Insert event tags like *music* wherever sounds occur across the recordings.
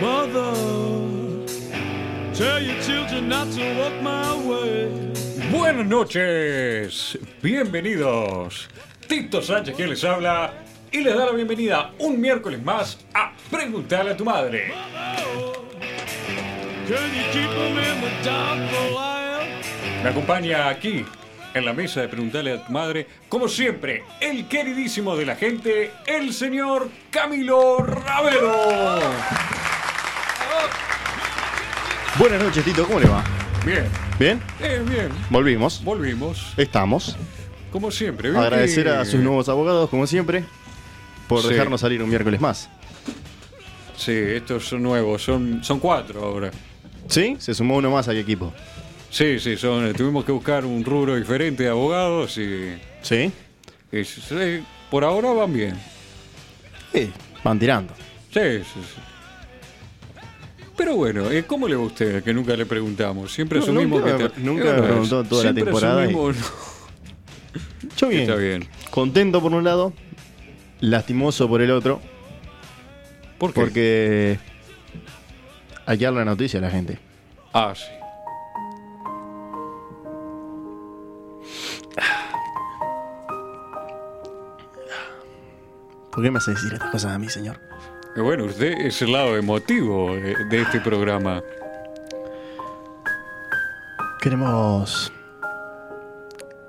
Mother, tell your children not to walk my way. Buenas noches, bienvenidos. Tito Sánchez quien les habla y les da la bienvenida un miércoles más a Preguntarle a tu madre. Can you keep 'em in the dark for a while? Me acompaña aquí en la mesa de Preguntarle a tu madre, como siempre, el queridísimo de la gente, el señor Camilo Ravelo. Buenas noches, Tito, ¿cómo le va? Bien, ¿Bien? eh, bien, Volvimos. volvimos, Estamos. como siempre. ¿ven Agradecer que- a sus nuevos abogados, como siempre, por Sí. dejarnos salir un miércoles más. Sí, estos son nuevos, son, son cuatro ahora. ¿Sí? Se sumó uno más al equipo. Sí, sí, son, eh, tuvimos que buscar un rubro diferente de abogados y, ¿Sí? y s- sí, por ahora van bien. Sí. Van tirando. Sí, sí, sí. Pero bueno, eh, ¿cómo le va a usted? Que nunca le preguntamos. Siempre No, asumimos nunca que... me- está- nunca Eh, me preguntó toda la siempre temporada y- asumimos- *laughs* Yo bien. Está bien. Contento por un lado, lastimoso por el otro, ¿Por qué? porque hay que dar la noticia a la gente. Ah, sí. ¿Por qué me hace decir estas cosas a mí, señor? Eh, Bueno, usted es el lado emotivo eh, de este programa. Queremos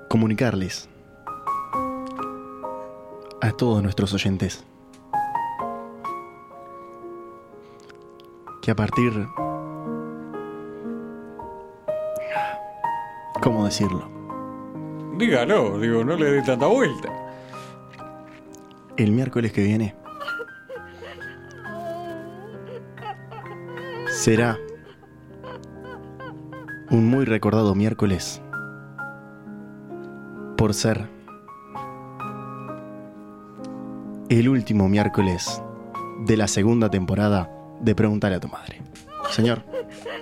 comunicarles a todos nuestros oyentes que a partir... ¿Cómo decirlo? Dígalo, digo, no le dé tanta vuelta. El miércoles que viene será un muy recordado miércoles por ser el último miércoles de la segunda temporada de Preguntarle a tu madre. Señor,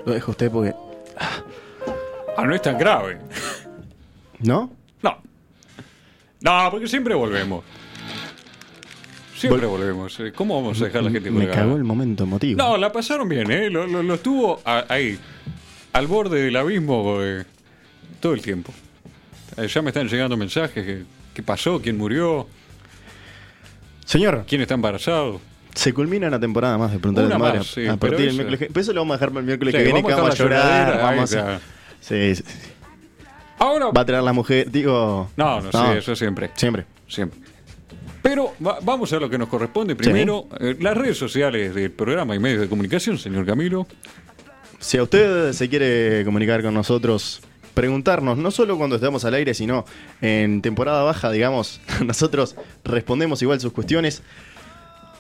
lo dejo a usted porque... Ah, no es tan grave. ¿No? No. No, porque siempre volvemos. Siempre volvemos. Eh, ¿Cómo vamos a dejar a la gente Me colgada? cagó el momento emotivo. No, la pasaron bien, ¿eh? Lo, lo- lo estuvo a- ahí, al borde del abismo eh, todo el tiempo. Eh, ya me están llegando mensajes. que- ¿Qué pasó? ¿Quién murió? Señor, ¿Quién está embarazado? Se culmina una temporada más de Preguntar a Una tu madre. más, sí, a pero partir del eso- miércoles. que- Pero eso lo vamos a dejar para el miércoles Sí, que viene, vamos que a vamos a estar en la llorar. lloradera, ahí Vamos a... está. Sí, sí, sí. Ahora. Va a traer la mujer, digo. No, no, sí, eso siempre. Siempre. Siempre. Pero va- vamos a lo que nos corresponde primero. eh, las redes sociales del programa y medios de comunicación, señor Camilo. Si a usted se quiere comunicar con nosotros, preguntarnos, no solo cuando estamos al aire, sino en temporada baja, digamos, *laughs* nosotros respondemos igual sus cuestiones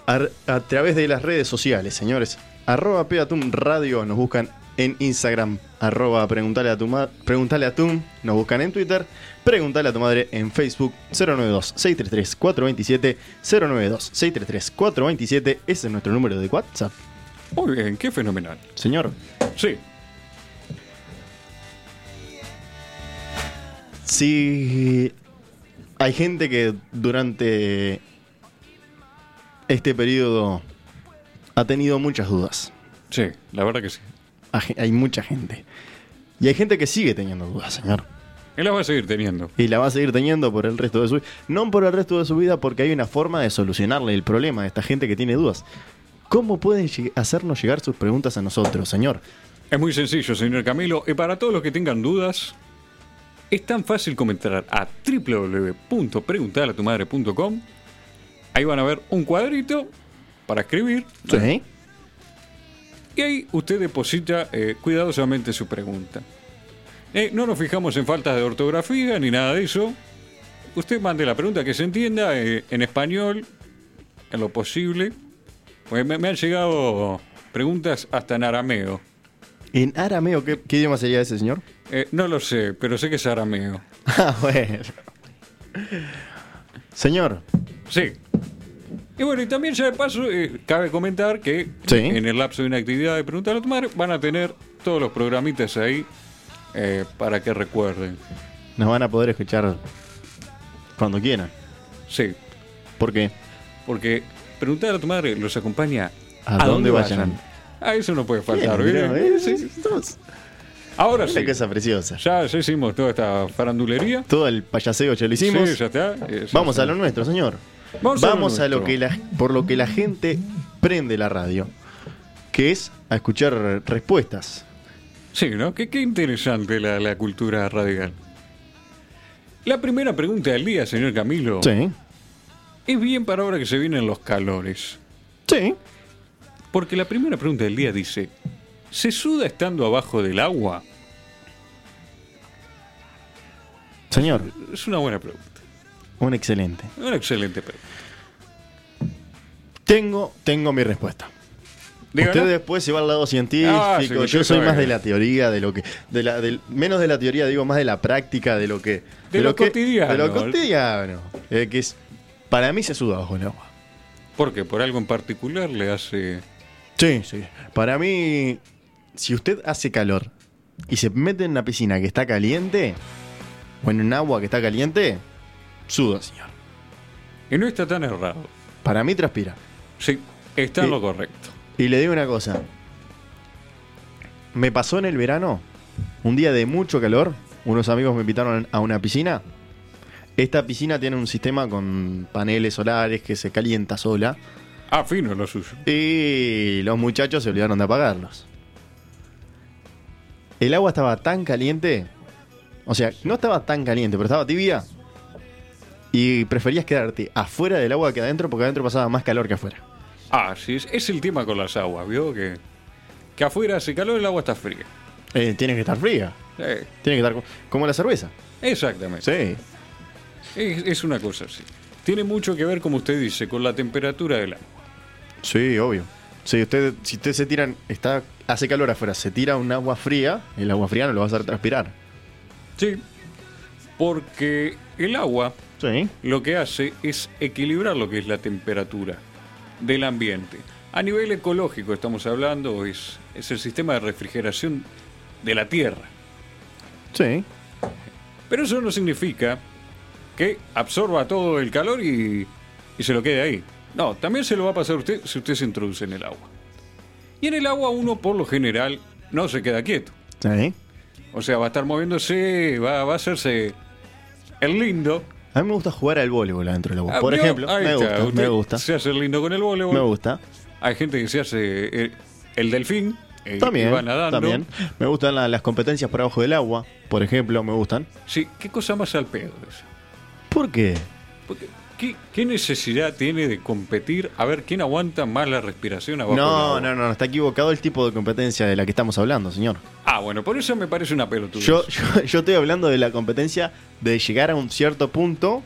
ar- a, través de las redes sociales, señores. Arroba Pedatum Radio, nos buscan en Instagram. Arroba Preguntale a tu, ma- Preguntale a tu, nos buscan en Twitter. Preguntale a tu madre en Facebook 092-633-427. 092-633-427. Ese es nuestro número de WhatsApp. Muy bien, qué fenomenal. Señor, Sí. Sí. Hay gente que durante este periodo ha tenido muchas dudas. Sí, la verdad que sí. Ha- Hay mucha gente. Y hay gente que sigue teniendo dudas, señor. Él las va a seguir teniendo. Y la va a seguir teniendo por el resto de su vida. No por el resto de su vida, porque hay una forma de solucionarle el problema a esta gente que tiene dudas. ¿Cómo pueden lleg- hacernos llegar sus preguntas a nosotros, señor? Es muy sencillo, señor Camilo. Y para todos los que tengan dudas, es tan fácil como entrar a www.preguntalatumadre.com. Ahí van a ver un cuadrito para escribir. Sí. Y ahí usted deposita eh, cuidadosamente su pregunta. Eh, no nos fijamos en faltas de ortografía ni nada de eso. Usted mande la pregunta que se entienda eh, en español, en lo posible. Pues me, me han llegado preguntas hasta en arameo. En arameo, ¿qué, qué idioma sería ese, señor? *laughs* Eh, no lo sé, pero sé que es arameo. Ah, bueno. Señor, Sí. Y bueno, y también ya de paso, eh, cabe comentar que Sí. en el lapso de una actividad de Preguntar a tu madre van a tener todos los programitas ahí eh, para que recuerden. Nos van a poder escuchar cuando quieran. Sí, Porque porque Preguntar a tu madre los acompaña a, dónde vayan, A eso no puede faltar, Bien, ¿vieron? mirá, ¿eh? Sí. Estamos- Ahora Una sí. cosa preciosa. Ya, ya hicimos toda esta farandulería. Todo el payaseo ya lo hicimos. Sí, ya está. Eh, ya Vamos está. a lo nuestro, señor. Vamos Vamos, a lo a lo nuestro. que la, por lo que la gente prende la radio, que es a escuchar respuestas. Sí, ¿no? Qué, qué interesante la, la cultura radial. La primera pregunta del día, señor Camilo, Sí. es bien para ahora que se vienen los calores. Sí. Porque la primera pregunta del día dice, ¿se suda estando abajo del agua? Señor, Es una buena pregunta. un excelente. Una excelente pregunta. Tengo, tengo mi respuesta. Díganos. Usted después se va al lado científico. Ah, sí, usted yo soy sabe. más de la teoría, de lo que. De la, del- menos de la teoría, digo, más de la práctica, de lo que. De, lo que- cotidiano. De lo cotidiano. Eh, que es, para mí se suda bajo el agua. ¿Por qué? ¿Por algo en particular le hace...? Sí, sí. Para mí, si usted hace calor y se mete en una piscina que está caliente, o en un agua que está caliente, suda, señor. Y no está tan errado. Para mí transpira. Sí, está en Sí. lo correcto. Y le digo una cosa. Me pasó en el verano, un día de mucho calor, unos amigos me invitaron a una piscina. Esta piscina tiene un sistema con paneles solares que se calienta sola. Ah, fino lo suyo. Y los muchachos se olvidaron de apagarlos. El agua estaba tan caliente. O sea, no estaba tan caliente, pero estaba tibia. Y preferías quedarte afuera del agua que adentro porque adentro pasaba más calor que afuera. Ah, sí, es, es el tema con las aguas, ¿vio? Que, que afuera hace calor, el agua está fría. Eh, tiene que estar fría. Eh, Tiene que estar co- como la cerveza. exactamente. Sí. Es, es una cosa así. Tiene mucho que ver, como usted dice, con la temperatura del agua. Sí, obvio. Si usted, si usted se tiran, está, hace calor afuera, se tira un agua fría, el agua fría no lo va a hacer transpirar. Sí. Porque el agua Sí. lo que hace es equilibrar lo que es la temperatura del ambiente. A nivel ecológico estamos hablando, es, es el sistema de refrigeración de la Tierra. Sí. Pero eso no significa que absorba todo el calor y, y se lo quede ahí. No, también se lo va a pasar a usted si usted se introduce en el agua. Y en el agua uno por lo general no se queda quieto. Sí. O sea, va a estar moviéndose, va, va a hacerse el lindo. A mí me gusta jugar al voleibol adentro del agua. Ah, Por ¿vio? ejemplo, Ahí me está, gusta, usted me gusta, Se hace el lindo con el voleibol. me gusta. Hay gente que se hace el, el delfín. eh, También, y va nadando. también. Me gustan la- las competencias por abajo del agua, por ejemplo, me gustan. Sí, qué cosa más al pedo esa? ¿Por qué? Porque, ¿qué, qué necesidad tiene de competir? A ver, ¿quién aguanta más la respiración abajo? No, del agua? no, no, está equivocado el tipo de competencia de la que estamos hablando, señor. Ah, bueno, por eso me parece una pelotudez. Yo, yo, yo estoy hablando de la competencia de llegar a un cierto punto,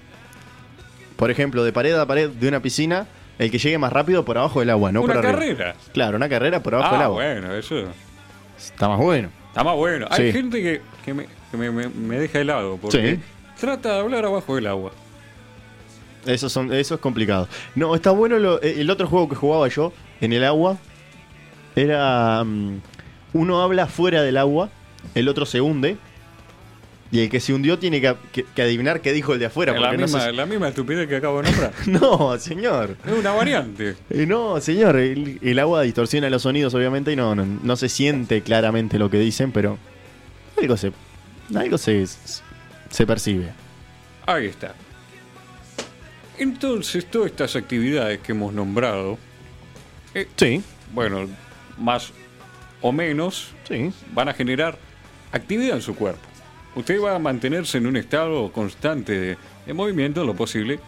por ejemplo, de pared a pared de una piscina, el que llegue más rápido por abajo del agua, no una por arriba. carrera. Claro, una carrera por abajo ah, del agua. bueno, eso Está más bueno. está más bueno. Hay Sí. gente que, que me, que me- me- me deja helado porque Sí. trata de hablar abajo del agua. Eso, son, eso es complicado. No, está bueno lo- eh, el otro juego que jugaba yo en el agua. Era. mm, uno habla fuera del agua, el otro se hunde. Y el que se hundió tiene que, que- que adivinar qué dijo el de afuera. la, porque no, misma, se- la misma estupidez que acabo de nombrar. *laughs* no, señor. es una variante. Eh, No, señor. El, el agua distorsiona los sonidos, obviamente, y no, no, no se siente claramente lo que dicen, pero. Algo se. Algo se, se percibe. Ahí está. Entonces, todas estas actividades que hemos nombrado, Sí, bueno, más o menos, sí. van a generar actividad en su cuerpo. Usted va a mantenerse en un estado constante de, de movimiento lo posible,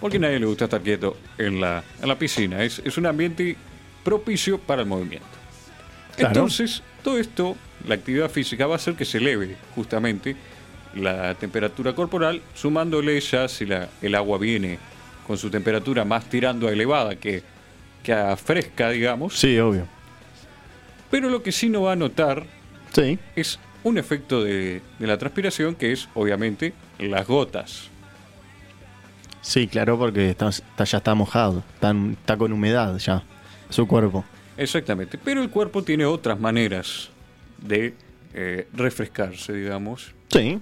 porque a nadie le gusta estar quieto en la, en la piscina. Es, es un ambiente propicio para el movimiento. Claro. Entonces, todo esto, la actividad física va a hacer que se eleve justamente la temperatura corporal, sumándole ya si la- el agua viene con su temperatura más tirando a elevada que, que a fresca, digamos. Sí, obvio. Pero lo que sí no va a notar Sí. es un efecto de, de la transpiración que es obviamente las gotas. Sí, claro, porque está, está- ya está mojado, está, está con humedad ya, su cuerpo. Exactamente, pero el cuerpo tiene otras maneras de eh, refrescarse, digamos. Sí.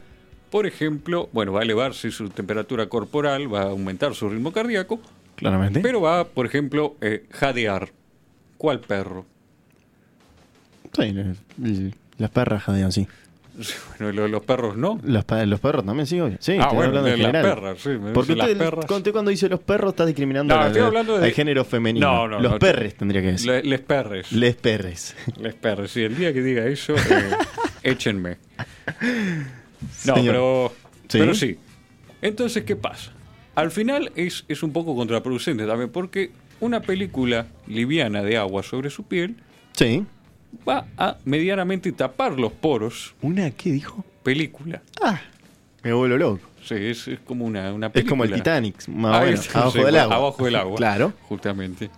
Por ejemplo, bueno, va a elevarse su temperatura corporal, va a aumentar su ritmo cardíaco, Claramente. pero va, por ejemplo, eh, jadear. ¿Cuál perro? *laughs* Sí, le- le- las perras jadean, sí. Bueno, lo de los perros no. Los, pa- los perros también, sí, obvio. Sí, Ah, estoy bueno, hablando en de las general. perras, sí, me Porque dice las usted, perras. conté cuando dice los perros, está discriminando No, al, estoy hablando de- al género femenino. No, no, los no, perres tendría que decir. Le- les perres. Les perres. *laughs* les perres. Y el día que diga eso, eh, échenme. No, Señor. pero ¿Sí? pero sí. Entonces, ¿qué pasa? Al final es, es un poco contraproducente también, porque una película liviana de agua sobre su piel Sí. va a medianamente tapar los poros. ¿Una qué dijo? Película. Ah, me vuelvo loco. Sí, es, es como una, una Es película. como el Titanic, más o Ahí menos, está, Ah, abajo sí, del agua. Abajo del agua. *laughs* Claro. Justamente.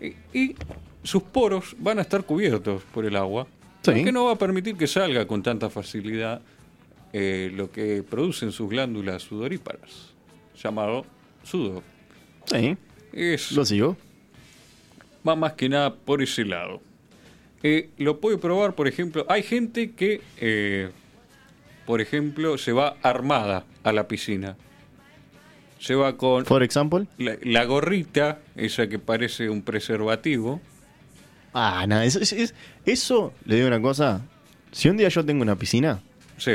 Y, y sus poros van a estar cubiertos por el agua, Sí. lo que no va a permitir que salga con tanta facilidad eh, lo que producen sus glándulas sudoríparas, llamado sudo. Sí, Es lo sigo. va más que nada por ese lado. Eh, lo puede probar, por ejemplo, hay gente que, eh, por ejemplo, se va armada a la piscina. Se va con Por example. la, la gorrita, esa que parece un preservativo. Ah, nada, eso, es- es- eso, le digo una cosa. Si un día yo tengo una piscina, Sí.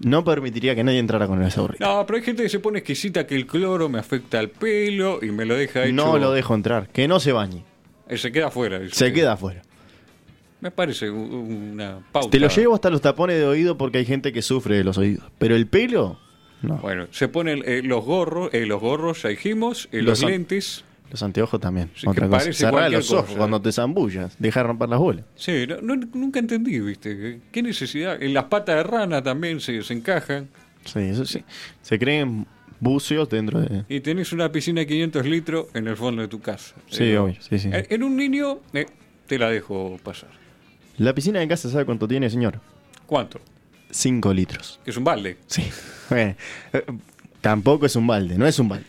no permitiría que nadie entrara con esa gorrita. No, pero hay gente que se pone exquisita que el cloro me afecta al pelo y me lo deja hecho. No lo dejo entrar, que no se bañe. Eh, Se queda afuera. dice. Se queda afuera. Me parece u- u- una pauta. Te lo llevo hasta los tapones de oído porque hay gente que sufre de los oídos. Pero el pelo, no. Bueno, se ponen eh, los gorros, eh, los gorros, ya dijimos, eh, los, Los an- lentes. Los anteojos también. Sí, Otra que cosa. parece Cerrar cualquier los ojos cosa. cuando te zambullas. Dejar romper las bolas. Sí, no- no- nunca entendí, ¿viste? ¿Qué necesidad? En las patas de rana también se, se encajan. Sí, eso sí. Se creen buceos dentro de. Y tenés una piscina de 500 litros en el fondo de tu casa. Sí, Eh, obvio. Sí, sí. En, en un niño, eh, te la dejo pasar. La piscina de casa, ¿sabe cuánto tiene, señor? ¿Cuánto? 5 litros. Es un balde, *laughs* Sí. Eh, eh, Tampoco es un balde, no es un balde.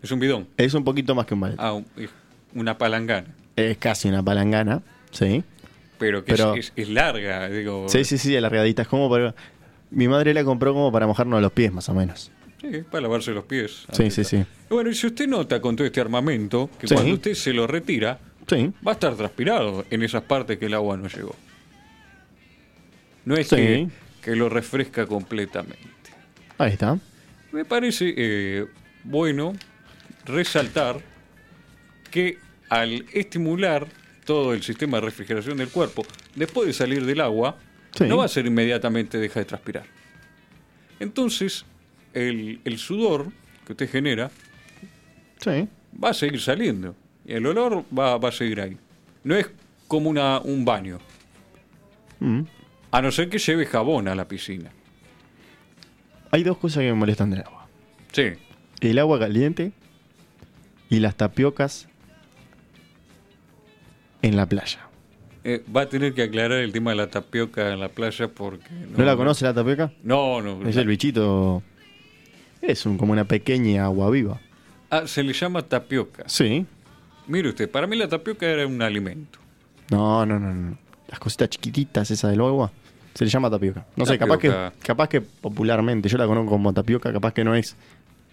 es un bidón. Es un poquito más que un balde. Ah, un- es una palangana. Es casi una palangana. Sí. Pero que es- Pero- es, es larga, digo. Sí, sí, sí, alargadita. Es como para. Mi madre la compró como para mojarnos los pies, más o menos. Sí, es para lavarse los pies. Sí, Ahí sí, está. sí. Bueno, y si usted nota con todo este armamento, que Sí. cuando usted se lo retira, Sí. va a estar transpirado en esas partes que el agua no llegó. No es Sí. que, que lo refresca completamente. Ahí está. Me parece eh, bueno resaltar que al estimular todo el sistema de refrigeración del cuerpo, después de salir del agua, Sí. no va a ser inmediatamente deja de transpirar. Entonces, el, el sudor que usted genera Sí. va a seguir saliendo y el olor va, va a seguir ahí. No es como una, un baño, Mm. a no ser que lleve jabón a la piscina. Hay dos cosas que me molestan del agua. Sí, El agua caliente y las tapiocas en la playa. Eh, va a tener que aclarar el tema de la tapioca en la playa porque... ¿No, la conoce la tapioca? No, no. Es el bichito. Es un, como una pequeña agua viva. Ah, se le llama tapioca. Sí. Mire usted, para mí la tapioca era un alimento. No, no, no, no. Las cositas chiquititas esas del agua. Se le llama tapioca. No sé, capaz que, Tapioca. capaz que popularmente, yo la conozco como tapioca, capaz que no es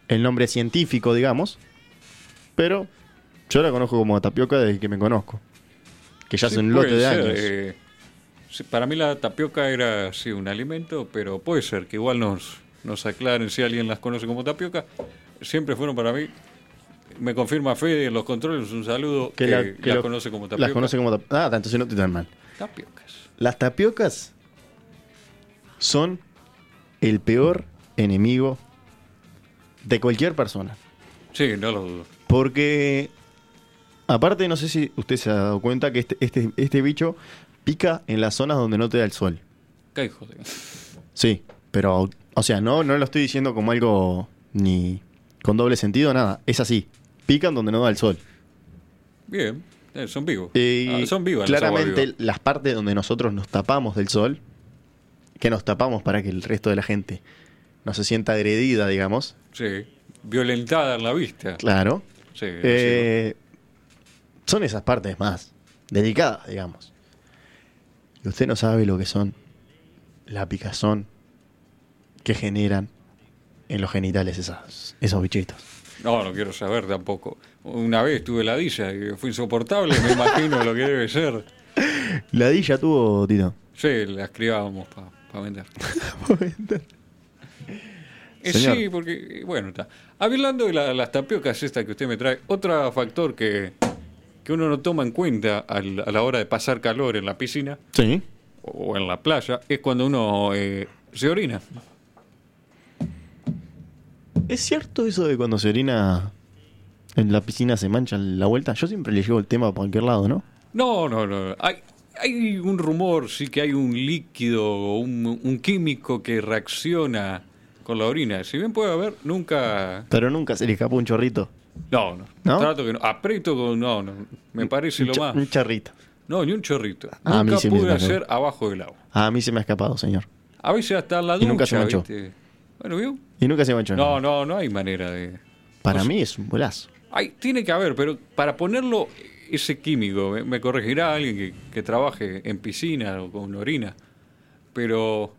el nombre científico, digamos. Pero yo la conozco como tapioca desde que me conozco. Que ya Sí, hace un puede lote de ser, años. eh, sí, para mí la tapioca era, sí, un alimento, pero puede ser que igual nos, nos aclaren si alguien las conoce como tapioca. Siempre fueron para mí. Me confirma Fede en los controles, un saludo, que, la- las lo- eh, conoce como tapioca. Las conoce como tapioca. Ah, entonces no estoy tan mal. Tapiocas. Las tapiocas son el peor enemigo de cualquier persona. Sí, no lo dudo. Porque, aparte, no sé si usted se ha dado cuenta que este, este, este bicho pica en las zonas donde no te da el sol. Qué hijo de- Sí, pero, o sea, no, no lo estoy diciendo como algo ni con doble sentido, nada. Es así. Pican donde no da el sol. Bien, eh, son vivos. Y Ah, son vivas. las aguas Claramente, vivas. las partes donde nosotros nos tapamos del sol, que nos tapamos para que el resto de la gente no se sienta agredida, digamos. Sí, violentada en la vista. Claro. Sí, sí. Eh, son esas partes más delicadas, digamos. Y usted no sabe lo que son la picazón que generan en los genitales esas, esos bichitos. No, no quiero saber tampoco. Una vez tuve la dicha, que fue insoportable, me imagino lo que debe ser. La D ya tuvo, Tito. Sí, las criábamos para vender. Eh, Señor. sí, porque, eh, bueno, está. Hablando de la- las tapiocas esta que usted me trae, otro factor que, que uno no toma en cuenta al- a la hora de pasar calor en la piscina Sí. o- o en la playa es cuando uno eh, se orina. ¿Es cierto eso de cuando se orina en la piscina se mancha la vuelta? Yo siempre le llevo el tema a cualquier lado, ¿no? No, no, no. Hay, hay un rumor, sí, que hay un líquido o un, un químico que reacciona con la orina. Si bien puede haber, nunca. Pero nunca se le escapa un chorrito. No, no. ¿No? Trato que no. Aprieto con. No, no. Me parece Un lo cho- más. Un charrito. No, ni un chorrito. Ah, a mí nunca sí me pude imagino. hacer abajo del agua. A mí se me ha escapado, señor. A veces hasta en la Y ducha, nunca se manchó. ¿viste? Bueno, ¿vio? Y nunca se manchó. No, nada. no, no hay manera de. Para mí es un golazo. Ay, tiene que haber, pero para ponerlo ese químico, me, me corregirá alguien que, que trabaje en piscina o con orina, pero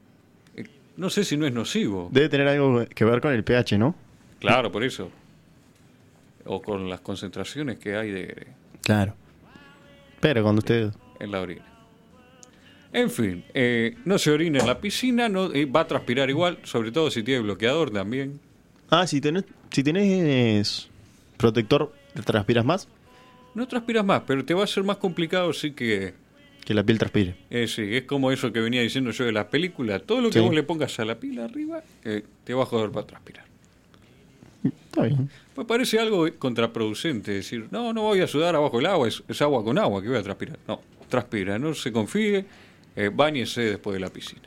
eh, no sé si no es nocivo. Debe tener algo que ver con el pH, ¿no? Claro, por eso. O con las concentraciones que hay de, Claro. Pero cuando usted. en la orina. En fin, eh, no se orina en la piscina, no, eh, va a transpirar igual, sobre todo si tiene bloqueador también. Ah, si tenés, si tenés protector, ¿te transpiras más? No transpiras más, pero te va a ser más complicado, sí que... Que la piel transpire. Eh, sí, es como eso que venía diciendo yo de las películas. Todo lo que Sí. vos le pongas a la pila arriba, eh, te va a joder para transpirar. Está bien. Me parece algo contraproducente decir, no, no voy a sudar abajo del agua, es, es agua con agua que voy a transpirar. No, transpira, no se confíe, eh, báñese después de la piscina.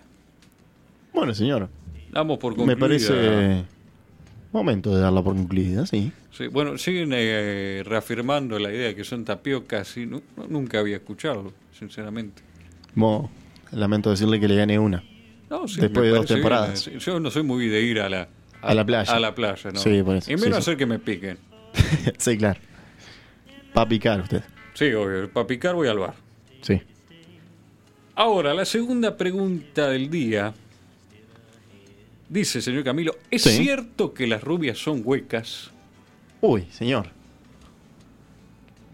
Bueno, señor. Damos por Me concluida. parece. Momento de darla por concluida, sí. Sí, bueno, siguen eh, reafirmando la idea de que son tapiocas, y nu- nu- nunca había escuchado, sinceramente. Mo, lamento decirle que le gané una. *laughs* No, sí, Después me de dos parece bien. temporadas. Eh, Yo no soy muy de ir a la, A la playa. A la playa, ¿no? Sí, por eso, Y sí, menos sí. hacer que me piquen. sí, claro. Para picar usted. Sí, obvio. Para picar voy al bar. Sí. Ahora, la segunda pregunta del día. Dice, señor Camilo, ¿es Sí. cierto que las rubias son huecas? Uy, señor.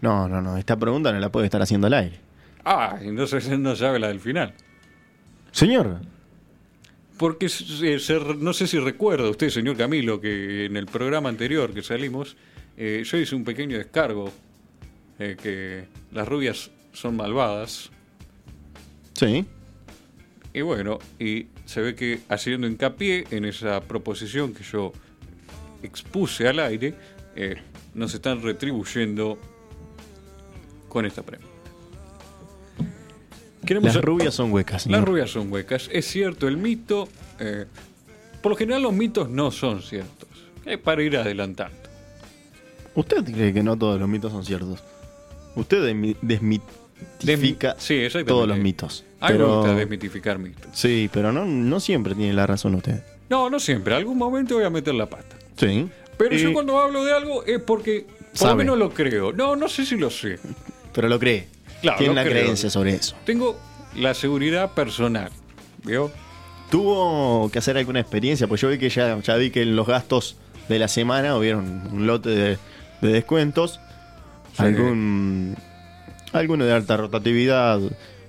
No, no, no. Esta pregunta no la puede estar haciendo al aire. Ah, entonces *laughs* no sabe la del final. Señor. Porque se- se- no sé si recuerda usted, señor Camilo, que en el programa anterior que salimos, eh, yo hice un pequeño descargo eh, que las rubias son malvadas. Sí. Y bueno, y se ve que haciendo hincapié en esa proposición que yo expuse al aire, eh, nos están retribuyendo con esta pregunta. Queremos Las sa- rubias son huecas, las señor. rubias son huecas. Es cierto, el mito. eh, por lo general, los mitos no son ciertos. Es para ir adelantando. Usted cree que no todos los mitos son ciertos. Usted desmi- desmitifica Desmi- sí, exactamente. todos los mitos. A mí me Pero- gusta desmitificar mitos. Sí, pero no, no siempre tiene la razón usted. No, no siempre. Algún momento voy a meter la pata. Sí. Pero Y- yo cuando hablo de algo es porque por lo Eh, Sabe. menos lo creo. No, no sé si lo sé. Pero lo cree. Claro, tiene lo la creo. creencia sobre eso. Tengo la seguridad personal. ¿Vio? Tuvo que hacer alguna experiencia, pues yo vi que ya, ya vi que en los gastos de la semana hubieron un lote de, de descuentos, Sí. algún alguno de alta rotatividad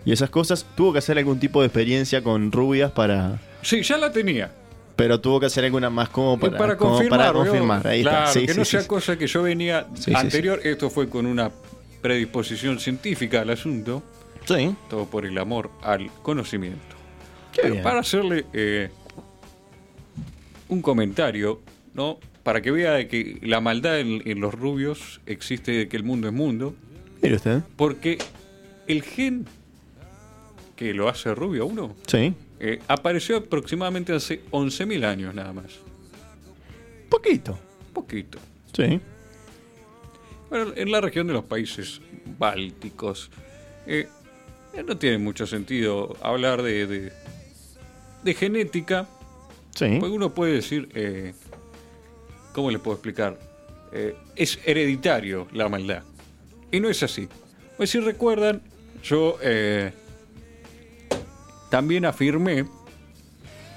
y esas cosas. Tuvo que hacer algún tipo de experiencia con rubias para, Sí, ya la tenía. pero tuvo que hacer alguna más como Para, para, para como confirmar. para ¿vio? confirmar. Ahí claro, está. Sí, que sí, no sí, sea sí. cosa que yo venía Sí, sí, anterior. Esto fue con una predisposición científica al asunto. Sí, Todo por el amor al conocimiento. qué Pero bien. para hacerle eh, un comentario, ¿no? Para que vea de que la maldad en, en los rubios existe de que el mundo es mundo. Mire usted. Porque el gen que lo hace rubio a uno Sí. eh, apareció aproximadamente hace 11.000 años nada más. Poquito. Poquito. Sí. Bueno, en la región de los países bálticos eh, eh, no tiene mucho sentido hablar de, de, de genética, Sí. porque uno puede decir, eh, ¿cómo le puedo explicar? Eh, es hereditario la maldad. Y no es así. Pues si recuerdan, yo eh, también afirmé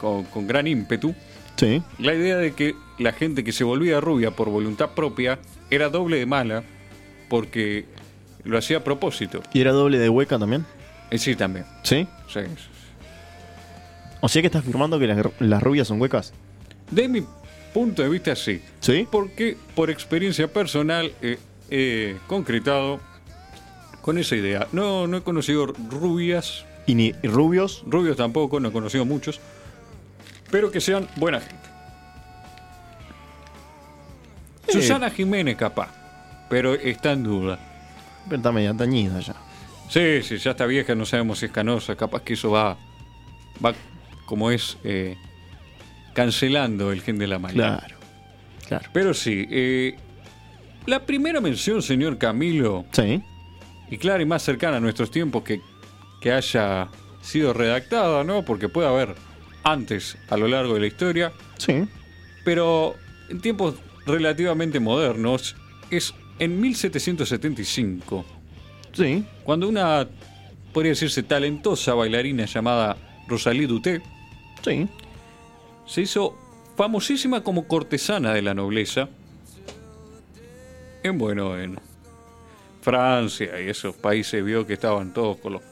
con, con gran ímpetu Sí. la idea de que la gente que se volvía rubia por voluntad propia era doble de mala porque lo hacía a propósito. ¿Y era doble de hueca también? Eh, Sí, también. ¿Sí? Sí. O sea que estás afirmando que las, las rubias son huecas. De mi punto de vista, sí. ¿Sí? Porque por experiencia personal eh, he concretado con esa idea. No, no he conocido rubias, Y ni y rubios. rubios tampoco, no he conocido muchos, pero que sean buena gente. Eh. Susana Jiménez capaz, pero está en duda. Pero está media tañida ya. Sí, sí, ya está vieja, no sabemos si es canosa, capaz que eso va, va como es, eh, cancelando el gen de la maldad. Claro. Claro. Pero sí, eh, la primera mención, señor Camilo, Sí. y claro, y más cercana a nuestros tiempos que, que haya sido redactada, ¿no? Porque puede haber antes a lo largo de la historia, Sí. pero en tiempos relativamente modernos, es en 1775, Sí. cuando una, podría decirse, talentosa bailarina llamada Rosalie Duté Sí. se hizo famosísima como cortesana de la nobleza en bueno en Francia y esos países vio que estaban todos con los,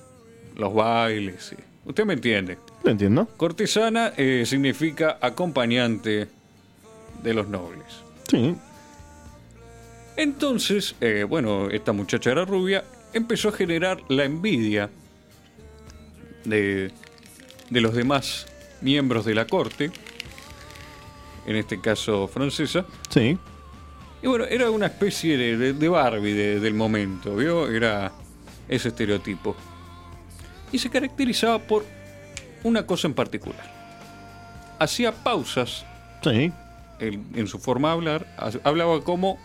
los bailes y- usted me entiende Lo entiendo. cortesana eh, significa acompañante de los nobles Sí. entonces eh, bueno esta muchacha era rubia empezó a generar la envidia de, de los demás miembros de la corte en este caso francesa Sí. Y bueno, era una especie de, de- de Barbie de- del momento, ¿vio? Era ese estereotipo. Y se caracterizaba por una cosa en particular. Hacía pausas Sí. en, en su forma de hablar, ha- hablaba como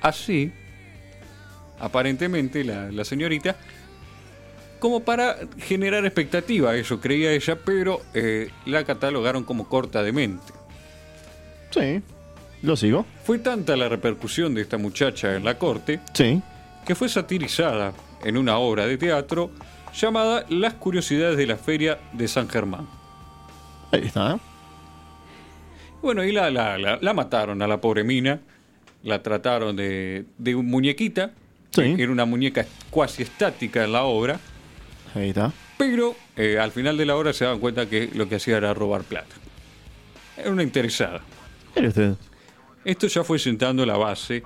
así, aparentemente la, la señorita, como para generar expectativa, eso creía ella, pero eh, la catalogaron como corta de mente. Sí. Lo sigo. Fue tanta la repercusión de esta muchacha en la corte Sí. que fue satirizada en una obra de teatro llamada Las curiosidades de la feria de San Germán. Ahí está. Bueno, y la, la, la- la mataron a la pobre mina, la trataron de, de un muñequita, Sí. era una muñeca cuasi estática en la obra, Ahí está. pero eh, al final de la obra se daban cuenta que lo que hacía era robar plata. Era una interesada. Mire usted. Esto ya fue sentando la base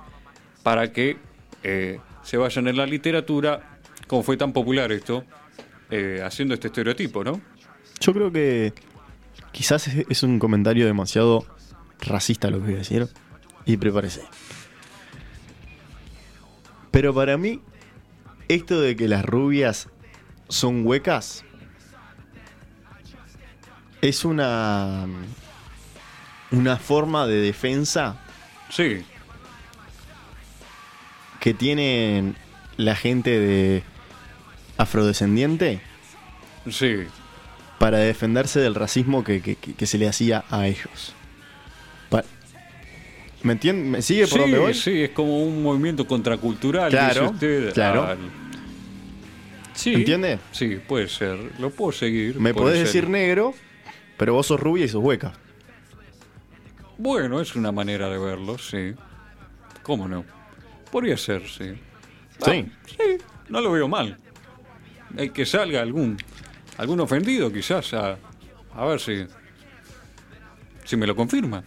para que eh, se vayan en la literatura, como fue tan popular esto, eh, haciendo este estereotipo, ¿no? Yo creo que quizás es es un comentario demasiado racista lo que voy a decir. Y prepárese. Pero para mí, esto de que las rubias son huecas es una una forma de defensa Sí, que tienen la gente de afrodescendiente sí, para defenderse del racismo que, que- que- que se le hacía a ellos. Pa- ¿Me entiende? ¿Me sigue por sí, dónde voy? sí, es como un movimiento contracultural, Claro, dice usted. claro. Al- Sí, ¿Entiende? Sí, puede ser. Lo puedo seguir. Me puede podés ser. decir negro, pero vos sos rubia y sos hueca. Bueno, es una manera de verlo, sí. ¿Cómo no? Podría ser, sí. Ah. Sí. Sí, no lo veo mal. Hay que salga algún algún ofendido, quizás, a, a ver si, si me lo confirma.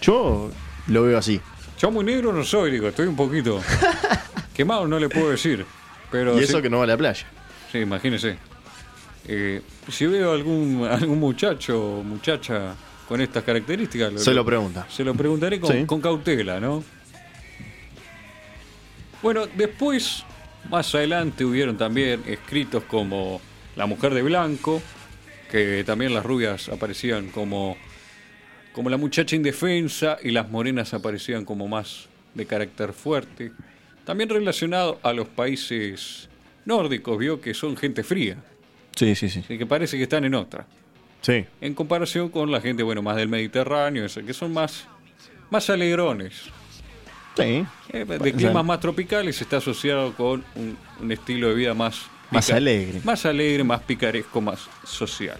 Yo lo veo así. Yo muy negro no soy, digo, estoy un *laughs* poquito quemado, no le puedo decir. Pero Y eso sí, que no va a la playa. sí, imagínese. Eh, si veo algún algún muchacho o muchacha con estas características, Se lo pregunta. Se lo preguntaré con, Sí. con cautela, ¿no? Bueno, después, más adelante, hubieron también escritos como La mujer de blanco, que también las rubias aparecían como, como la muchacha indefensa y las morenas aparecían como más de carácter fuerte. También relacionado a los países nórdicos, vio que son gente fría, Sí, sí, sí. así que parece que están en otra Sí. en comparación con la gente, bueno, más del Mediterráneo, esa, que son más, más alegrones. Sí. eh, de Bueno, climas ya. más tropicales está asociado con un, un estilo de vida más... Más pica- alegre. Más alegre, más picaresco, más social.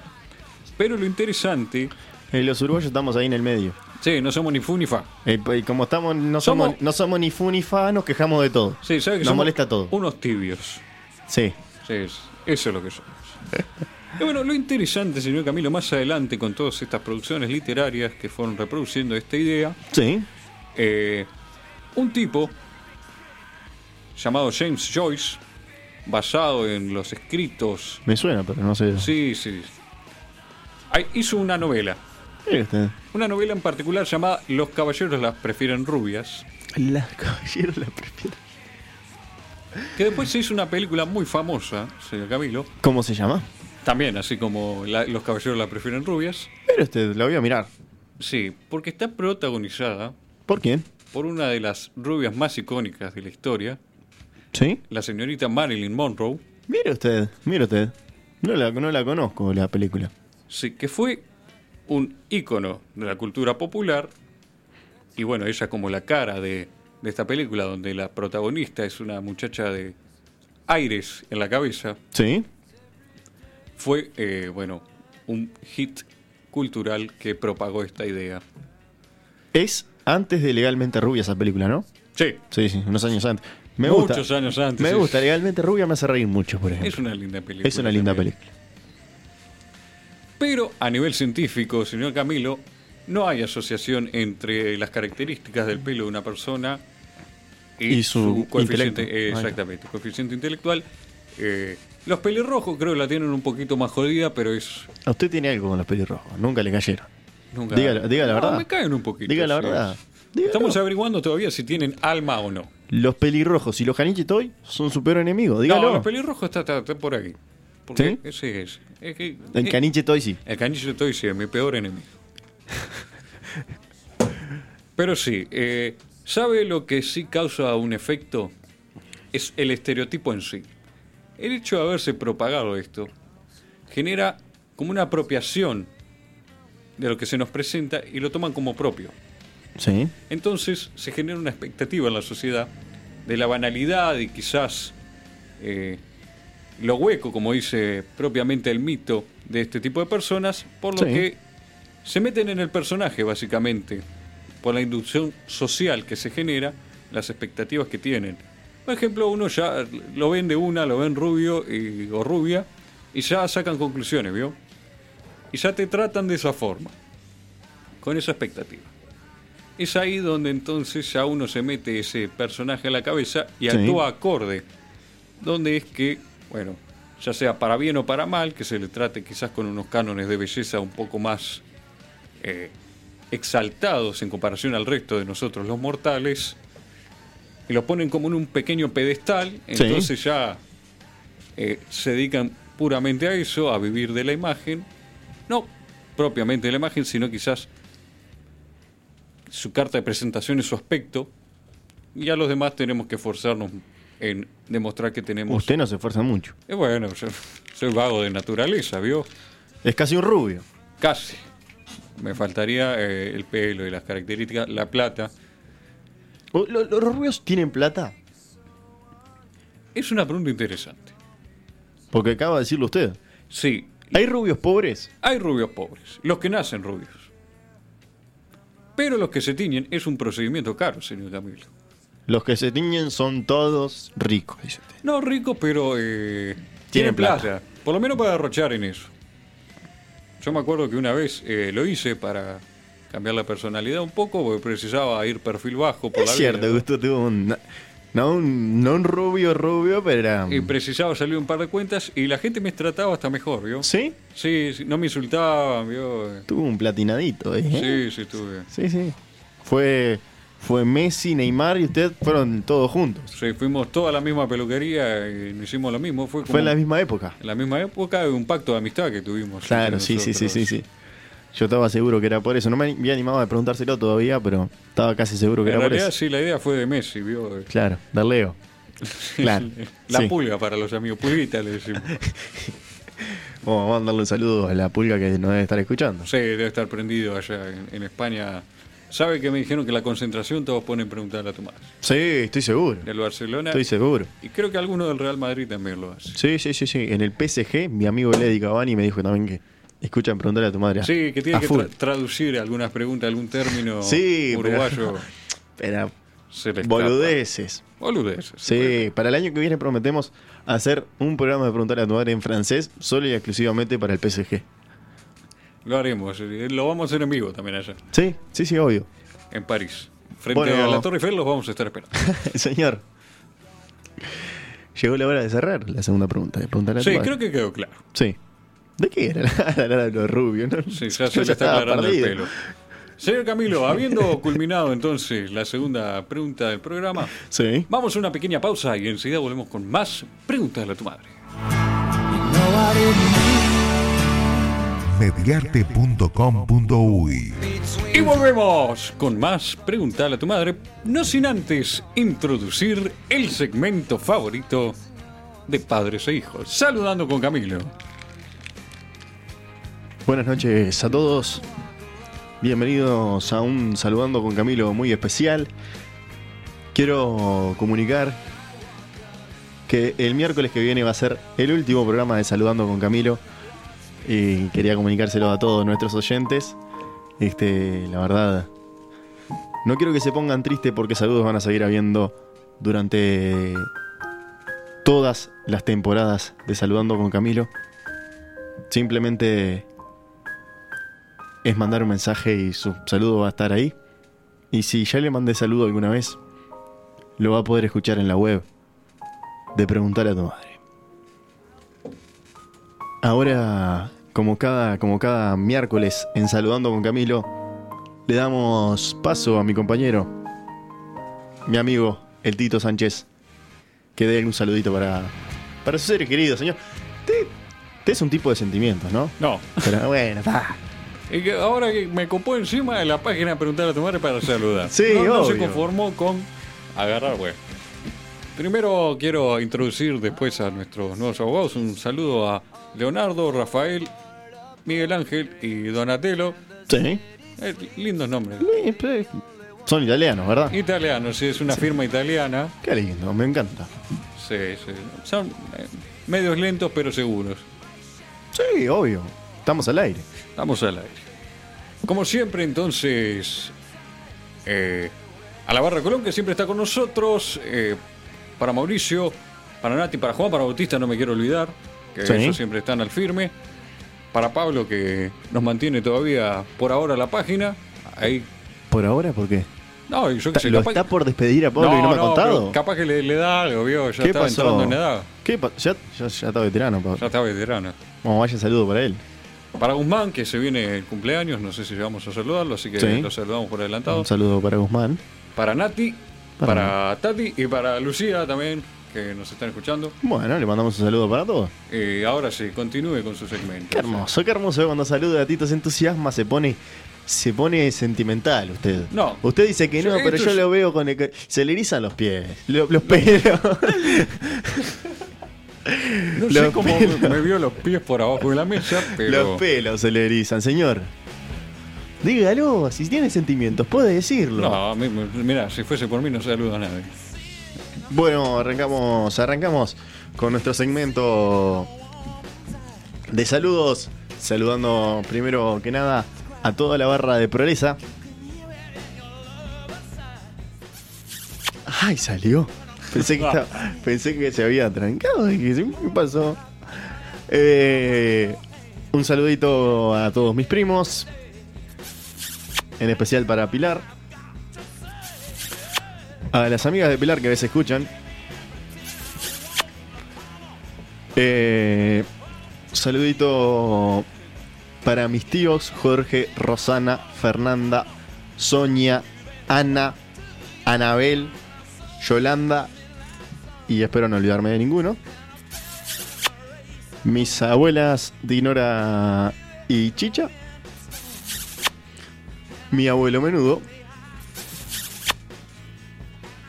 Pero lo interesante, Eh, los uruguayos estamos ahí en el medio. sí, no somos ni fu ni fa. Eh, y como estamos, no somos, Somos- no somos ni fu ni fa, nos quejamos de todo. Sí, ¿sabe que nos somos molesta todo. Unos tibios. Sí. Sí, es- eso es lo que somos. *laughs* Y bueno, lo interesante, señor Camilo, más adelante con todas estas producciones literarias que fueron reproduciendo esta idea, Sí. eh, un tipo llamado James Joyce, basado en los escritos, Me suena, pero no sé. sí, sí, Ay, hizo una novela, Mire usted. una novela en particular llamada Los caballeros las prefieren rubias, La caballero la prefiero. que después se hizo una película muy famosa, señor Camilo, ¿Cómo se llama? también así como la- Los caballeros las prefieren rubias, Pero usted, la voy a mirar. sí, porque está protagonizada ¿Por quién? por una de las rubias más icónicas de la historia, ¿Sí? la señorita Marilyn Monroe, Mire usted, mire usted. No la, no la conozco la película. sí, que fue un ícono de la cultura popular. Y bueno, ella como la cara de, de esta película, donde la protagonista es una muchacha de aires en la cabeza, ¿Sí? fue, eh, bueno, un hit cultural que propagó esta idea. Es antes de Legalmente Rubia esa película, ¿no? Sí, Sí, sí, unos años antes. Me muchos gusta. años antes. Me es- gusta, Legalmente Rubia me hace reír mucho, por ejemplo. Es una linda película. Es una linda también. película. Pero a nivel científico, señor Camilo, no hay asociación entre las características del pelo de una persona y, Y su, su coeficiente, intelecto. eh, Ahí está. exactamente, coeficiente intelectual. Eh, los pelirrojos creo que la tienen un poquito más jodida, pero es A usted tiene algo con los pelirrojos, nunca le cayeron. nunca. Diga, diga la No, verdad. me caen un poquito. Diga la sí. verdad. Dígalo. Estamos averiguando todavía si tienen alma o no. Los pelirrojos y los Hanichitoy son su peor enemigo. No, Dígalo. los pelirrojos está, está- está por aquí. Porque ¿Sí? ese es. es que- el eh, Canichitoy sí. El caniche estoy sí, es mi peor enemigo. Pero sí, eh, ¿sabe lo que sí causa un efecto? Es el estereotipo en sí. El hecho de haberse propagado esto genera como una apropiación de lo que se nos presenta y lo toman como propio. Sí. Entonces se genera una expectativa en la sociedad de la banalidad y quizás eh, lo hueco, como dice propiamente el mito de este tipo de personas, por lo Sí. que se meten en el personaje básicamente, por la inducción social que se genera, las expectativas que tienen. Por ejemplo, uno ya lo ven de una, lo ven rubio y- o rubia y ya sacan conclusiones, ¿vio? Y ya te tratan de esa forma, con esa expectativa. Es ahí donde entonces ya uno se mete ese personaje a la cabeza y Sí. actúa acorde. Donde es que, bueno, ya sea para bien o para mal, que se le trate quizás con unos cánones de belleza un poco más eh, exaltados en comparación al resto de nosotros los mortales, y lo ponen como en un pequeño pedestal, entonces ya eh, se dedican puramente a eso, a vivir de la imagen, no propiamente de la imagen, sino quizás su carta de presentación es su aspecto, y a los demás tenemos que esforzarnos en demostrar que tenemos... Usted no se esfuerza mucho. Eh, bueno, yo soy vago de naturaleza, ¿vio? Es casi un rubio. Casi. Me faltaría eh, el pelo y las características, la plata. O- lo- ¿Los rubios tienen plata? Es una pregunta interesante. Porque acaba de decirlo usted. Sí, ¿Hay rubios pobres? hay rubios pobres, los que nacen rubios. Pero los que se tiñen es un procedimiento caro, señor Camilo. Los que se tiñen son todos ricos, dice usted. No ricos, pero eh, tienen Tienen plata. plata. Por lo menos para derrochar en eso. Yo me acuerdo que una vez eh, lo hice para cambiar la personalidad un poco, porque precisaba ir perfil bajo por Es la vida, cierto ¿no? que usted tuvo un... No un, no un rubio rubio, pero era... Y precisaba salir un par de cuentas y la gente me trataba hasta mejor, ¿vio? ¿Sí? Sí, sí, no me insultaban, ¿vio? Tuvo un platinadito, ¿eh? Sí, sí, tuve. Sí, sí. Fue, fue Messi, Neymar y usted fueron todos juntos. Sí, fuimos toda la misma peluquería y no hicimos lo mismo. Fue, como Fue en la misma época. en la misma época, un pacto de amistad que tuvimos. Claro, entre sí, sí, sí, nosotros. sí, sí. Yo estaba seguro que era por eso. No me había animado a preguntárselo todavía, pero estaba casi seguro que En era por realidad, eso. sí, la idea fue de Messi, ¿vio? Claro, Darleo. *laughs* Claro. La sí. pulga para los amigos, pulguita le *laughs* decimos. Bueno, vamos a mandarle un saludo a la pulga que nos debe estar escuchando. Sí, debe estar prendido allá en, en España. ¿Sabe que me dijeron que la concentración todos ponen preguntar a Tomás? Sí, estoy seguro. Del Barcelona. Estoy seguro. Y creo que alguno del Real Madrid también lo hace. Sí, sí, sí, sí. En el PSG, mi amigo Lady Cavani me dijo también que escuchan preguntarle a tu madre. a- Sí, que tiene a que full. tra- traducir algunas preguntas, algún término Sí, pero- *laughs* uruguayo. Pero Se le escapa. boludeces. Boludeces. Sí, para el año que viene prometemos hacer un programa de preguntarle a tu madre en francés solo y exclusivamente para el PSG. Lo haremos. eh, Lo vamos a hacer en vivo también allá, Sí, sí, sí, obvio. *laughs* en París. Frente Bueno. a la Torre Eiffel los vamos a estar *laughs* esperando. Señor. Llegó la hora de cerrar la segunda pregunta. de preguntarle a tu Sí, madre. creo que quedó claro. Sí. ¿De qué era? *laughs* Era de los rubios, ¿no? Sí, ya Yo *laughs* se le está estaba aclarando perdido. el pelo. Señor *laughs* Camilo, habiendo culminado entonces la segunda pregunta del programa, Sí. vamos a una pequeña pausa y enseguida volvemos con más preguntas a tu madre. mediarte.com.uy Y volvemos con más Preguntale a tu madre, no sin antes introducir el segmento favorito de padres e hijos. Saludando con Camilo. Buenas noches a todos. Bienvenidos a un Saludando con Camilo muy especial. Quiero comunicar que el miércoles que viene va a ser el último programa de Saludando con Camilo. Y quería comunicárselo a todos nuestros oyentes. Este, la verdad, no quiero que se pongan tristes porque saludos van a seguir habiendo durante todas las temporadas de Saludando con Camilo. Simplemente es mandar un mensaje y su saludo va a estar ahí. Y si ya le mandé saludo alguna vez, lo va a poder escuchar en la web de preguntar a tu madre. Ahora, como cada, como cada miércoles en Saludando con Camilo, le damos paso a mi compañero, mi amigo, el Tito Sánchez, que dé un saludito para, para su ser querido, señor. Te, te es un tipo de sentimientos, ¿no? No, Pero bueno, pa. y que ahora que me copó encima de la página Preguntar a tu madre para saludar. Sí, no, no se obvio. conformó con agarrar web. Primero quiero introducir después a nuestros nuevos abogados un saludo a Leonardo, Rafael, Miguel Ángel y Donatello. Sí. Eh, lindos nombres. Son italianos, ¿verdad? Italianos, sí, es una firma italiana. Qué lindo, me encanta. Sí, sí. Son eh, medios lentos pero seguros. Sí, obvio. Estamos al aire. Estamos al aire. Como siempre, entonces, eh, a la barra Colón, que siempre está con nosotros, eh, para Mauricio, para Nati, para Juan, para Bautista, no me quiero olvidar, que Sí. ellos siempre están al firme, para Pablo, que nos mantiene todavía por ahora la página. Ahí, ¿Por ahora por qué? no, yo qué sé, ¿Lo capaz- está por despedir a Pablo y no me ha contado? pero Capaz que le, le da algo, vio, ya ¿Qué estaba pasó? entrando en edad, ¿Qué pa- ya, ya, ya está veterano, Pablo. ya está veterano. Bueno, vaya saludo para él. Para Guzmán, que se viene el cumpleaños, no sé si vamos a saludarlo, así que Sí. lo saludamos por adelantado. Un saludo para Guzmán. Para Nati, Para- para, Tati y para Lucía también, que nos están escuchando. Bueno, le mandamos un saludo para todos. Y ahora sí, continúe con su segmento. Qué hermoso, qué hermoso cuando saluda a Tito se entusiasma, se pone, se pone sentimental usted. No. Usted dice que no, Yo- pero esto yo es- lo veo con el- se le erizan los pies. Lo- los pelos. *laughs* No sé Los cómo pelos. me, me vio los pies por abajo de la mesa, pero Los pelos se le erizan, señor. Dígalo, si tiene sentimientos, puede decirlo. no, a mí- mira, si fuese por mí no saludo a nadie. Bueno, arrancamos, arrancamos con nuestro segmento de saludos. Saludando primero que nada a toda la barra de Progresa. ¡Ay, salió! Pensé que, estaba- pensé que se había trancado. Dije, ¿Qué pasó? Eh, un saludito a todos mis primos. En especial para Pilar. A las amigas de Pilar que a veces escuchan. Eh, saludito para mis tíos Jorge, Rosana, Fernanda, Sonia, Ana, Anabel, Yolanda y espero no olvidarme de ninguno. Mis abuelas Dinora y Chicha. Mi abuelo menudo.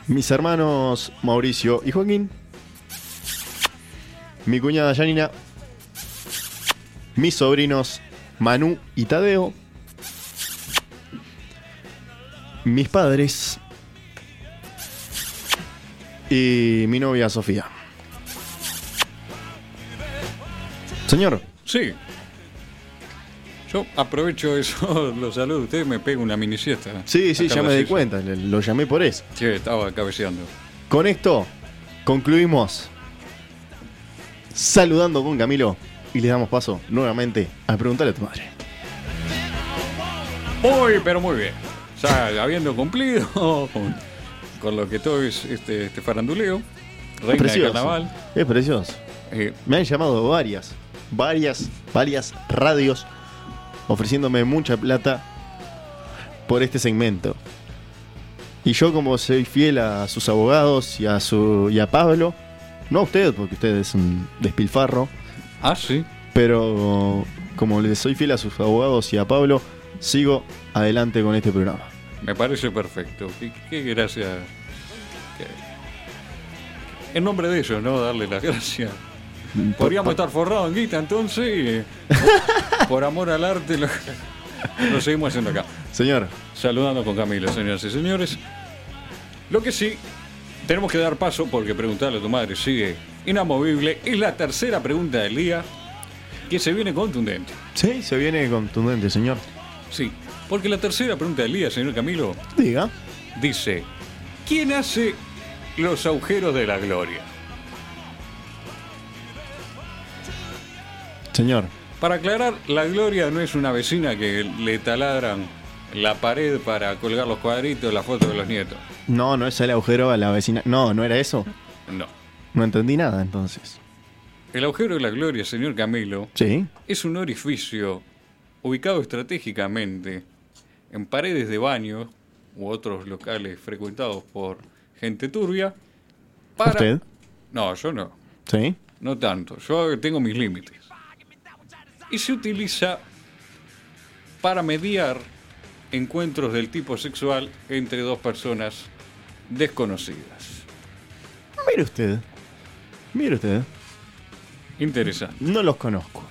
Mis hermanos Mauricio y Joaquín. Mi cuñada Janina. Mis sobrinos Manu y Tadeo. Mis padres. Y mi novia Sofía. Señor, Sí. Yo aprovecho eso, *laughs* los saludo a ustedes, me pego una mini siesta. sí, sí, Acá ya lo me di hice. cuenta, le- lo llamé por eso. Sí, estaba cabeceando. Con esto concluimos saludando con Camilo y le damos paso nuevamente a preguntarle a tu madre. Muy, pero muy bien. Ya habiendo cumplido *laughs* con, con lo que todo es este, este faranduleo, Es reina de precioso. carnaval. Es precioso. eh, Me han llamado varias, varias, varias radios ofreciéndome mucha plata por este segmento. Y yo como soy fiel a sus abogados y a su y a Pablo, no a usted porque usted es un despilfarro, ah, sí. pero como le soy fiel a sus abogados y a Pablo, sigo adelante con este programa. Me parece perfecto. Qué, qué gracias. En nombre de ellos, ¿no? Darle las gracias. Podríamos estar forrados en guita, entonces. y, eh, por amor al arte, lo, lo seguimos haciendo acá. Señor, Saludando con Camilo, señoras y señores. Lo que sí, tenemos que dar paso porque preguntarle a tu madre sigue inamovible. Es la tercera pregunta del día que se viene contundente. sí, se viene contundente, señor. Sí, porque la tercera pregunta del día, señor Camilo, Diga. dice, ¿quién hace los agujeros de la gloria? Señor, Para aclarar, la gloria no es una vecina que le taladran la pared para colgar los cuadritos, la foto de los nietos. no, no es el agujero a la vecina. No, no era eso. No. No entendí nada entonces. El agujero de la gloria, señor Camilo, Sí. es un orificio ubicado estratégicamente en paredes de baños u otros locales frecuentados por gente turbia para... ¿Usted? No, yo no. Sí. No tanto, yo tengo mis límites. Y se utiliza para mediar encuentros del tipo sexual entre dos personas desconocidas. Mire usted. Mire usted. Interesante. No los conozco.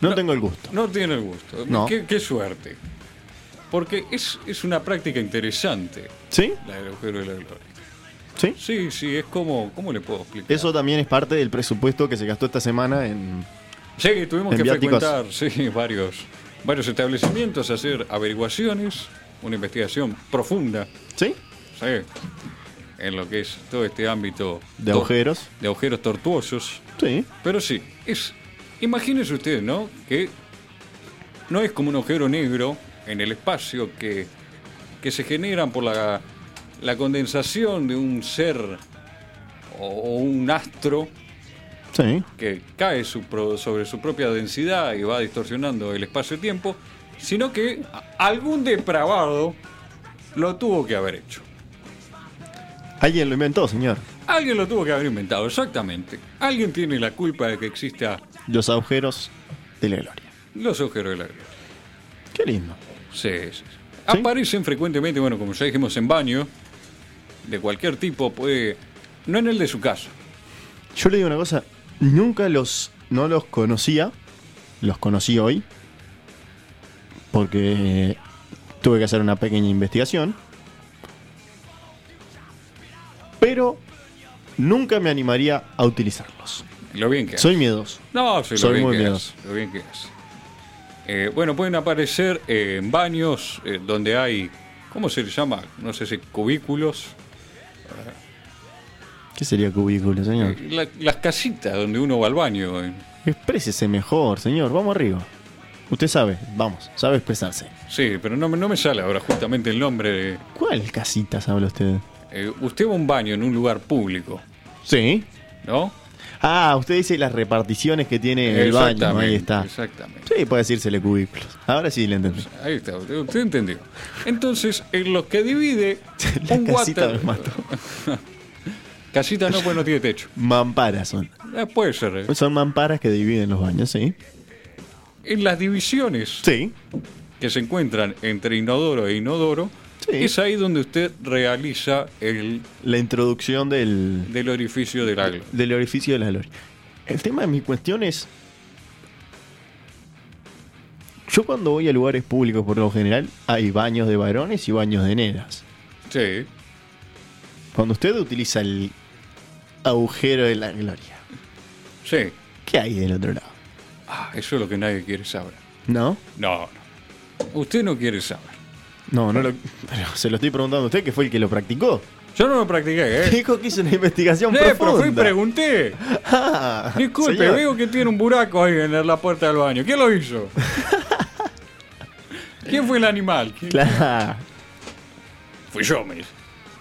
No, tengo el gusto. No tiene el gusto. No. Qué, qué suerte. Porque es, es una práctica interesante, ¿Sí? la del agujero de la gloria. ¿Sí? Sí, sí, es como... ¿Cómo le puedo explicar? Eso también es parte del presupuesto que se gastó esta semana en... Sí, tuvimos En que viáticos. frecuentar sí, varios, varios establecimientos, hacer averiguaciones, una investigación profunda ¿Sí? ¿sí? en lo que es todo este ámbito De to- agujeros. de agujeros tortuosos. Sí. Pero sí, es. Imagínese usted, ¿no? Que no es como un agujero negro en el espacio que, que se generan por la, la condensación de un ser o- o un astro Sí. que cae su pro- sobre su propia densidad y va distorsionando el espacio-tiempo, sino que a- algún depravado lo tuvo que haber hecho. Alguien lo inventó, señor. Alguien lo tuvo que haber inventado, exactamente. Alguien tiene la culpa de que exista Los agujeros de la gloria. los agujeros de la gloria. Qué lindo. Sí, sí, sí. Aparecen frecuentemente, bueno, como ya dijimos, en baños de cualquier tipo, puede... No en el de su casa. Yo le digo una cosa. Nunca los... No los conocía. Los conocí hoy. Porque tuve que hacer una pequeña investigación. Pero nunca me animaría a utilizarlos. Lo bien que hace. Soy miedoso. No, sí, lo Soy bien muy que miedoso. es, lo bien que es. Eh, bueno, pueden aparecer eh, en baños eh, donde hay, ¿cómo se le llama? No sé si cubículos. ¿Qué sería cubículo, señor? Eh, la- las casitas donde uno va al baño. eh. Exprésese mejor, señor. Vamos arriba. Usted sabe, vamos, sabe expresarse. Sí, pero no, me- no me sale ahora justamente el nombre. de- ¿Cuál casitas habla usted? eh, usted va a un baño en un lugar público, Sí. ¿no? Ah, usted dice las reparticiones que tiene el baño. Ahí está. Exactamente. Sí, puede decírsele cubículos. Ahora sí le entendí. Ahí está, usted, usted entendió. Entonces, en lo que divide *laughs* La un casita water- me mató. *laughs* Casita no, pues no tiene techo. Mamparas son. Eh, puede ser. eh. Son mamparas que dividen los baños, ¿sí? En las divisiones Sí. que se encuentran entre inodoro e inodoro, Sí. es ahí donde usted realiza el La introducción del, del orificio del aglo. del orificio de la gloria. El tema de mi cuestión es. Yo cuando voy a lugares públicos por lo general hay baños de varones y baños de nenas. Sí. Cuando usted utiliza el agujero de la gloria, Sí. ¿qué hay del otro lado? Ah, eso es lo que nadie quiere saber. ¿No? No, no. Usted no quiere saber. No, no lo... Pero se lo estoy preguntando a usted que fue el que lo practicó. Yo no lo practiqué, ¿eh? Dijo que hizo una investigación No, pero fui y profunda. pregunté. Ah, Disculpe, señor. veo que tiene un buraco ahí en la puerta del baño. ¿Quién lo *laughs* hizo? ¿Quién fue el animal? ¿Quién- Claro. Fui yo, me dice.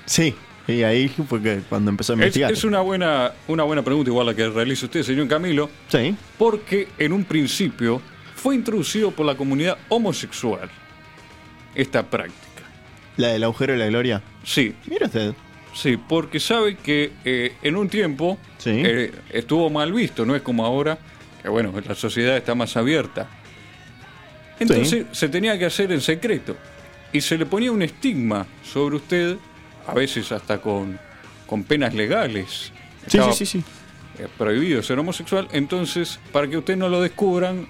Sí, y ahí fue que cuando empezó a Es, investigar. es una, buena, una buena pregunta, igual la que realiza usted, señor Camilo, Sí. porque en un principio fue introducido por la comunidad homosexual esta práctica. La del agujero de la gloria. Sí, Mira usted. sí, porque sabe que eh, en un tiempo Sí. eh, estuvo mal visto, no es como ahora, que bueno, la sociedad está más abierta. Entonces se tenía que hacer en secreto y se le ponía un estigma sobre usted, a veces hasta con, con penas legales. Sí, Estaba sí, sí, sí. es prohibido ser homosexual, entonces para que usted no lo descubran,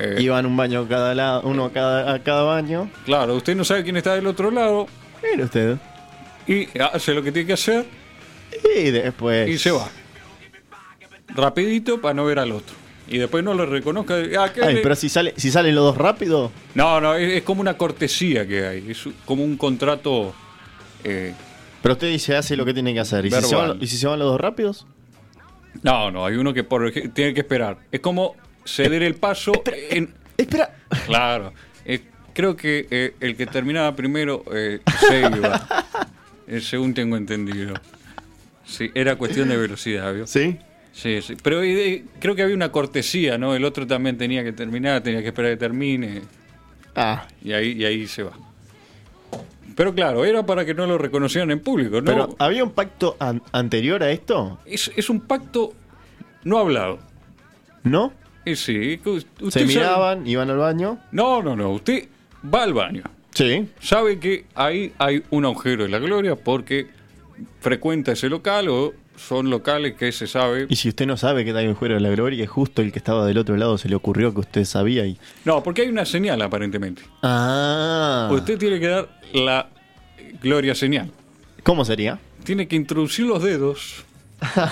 eh, Iban un baño a cada lado, uno a cada, a cada baño. claro, usted no sabe quién está del otro lado Mira usted. y hace lo que tiene que hacer Y después. y se va. Rapidito para no ver al otro. Y después no lo reconozca. Ah, ¿qué Ay, le- pero si sale, si salen los dos rápido. No, no, es, es como una cortesía que hay, es como un contrato... eh, Pero usted dice hace lo que tiene que hacer. ¿Y, si se, Verbal. van, y si se van los dos rápidos? no, no, hay uno que por, ej- tiene que esperar. Es como ceder el paso en... Espera. Claro. Eh, creo que eh, el que terminaba primero eh, se *laughs* iba. Eh, según tengo entendido. Sí, era cuestión de velocidad, ¿vio? ¿Sí? Sí, sí. Pero eh, creo que había una cortesía, ¿no? El otro también tenía que terminar, tenía que esperar que termine. Ah, Y ahí, y ahí se va. Pero claro, era para que no lo reconocieran en público, ¿no? pero ah, ¿había un pacto an- anterior a esto? es, es un pacto no hablado. ¿No? Y sí, u- usted Se sabe- miraban, iban al baño. No, no, no. Usted va al baño. Sí. sabe que ahí hay un agujero de la gloria porque frecuenta ese local o son locales que se sabe. Y si usted no sabe que está en juego de la gloria, justo el que estaba del otro lado se le ocurrió que usted sabía y. No, porque hay una señal aparentemente. Ah. Usted tiene que dar la gloria señal. ¿Cómo sería? *laughs* Tiene que introducir los dedos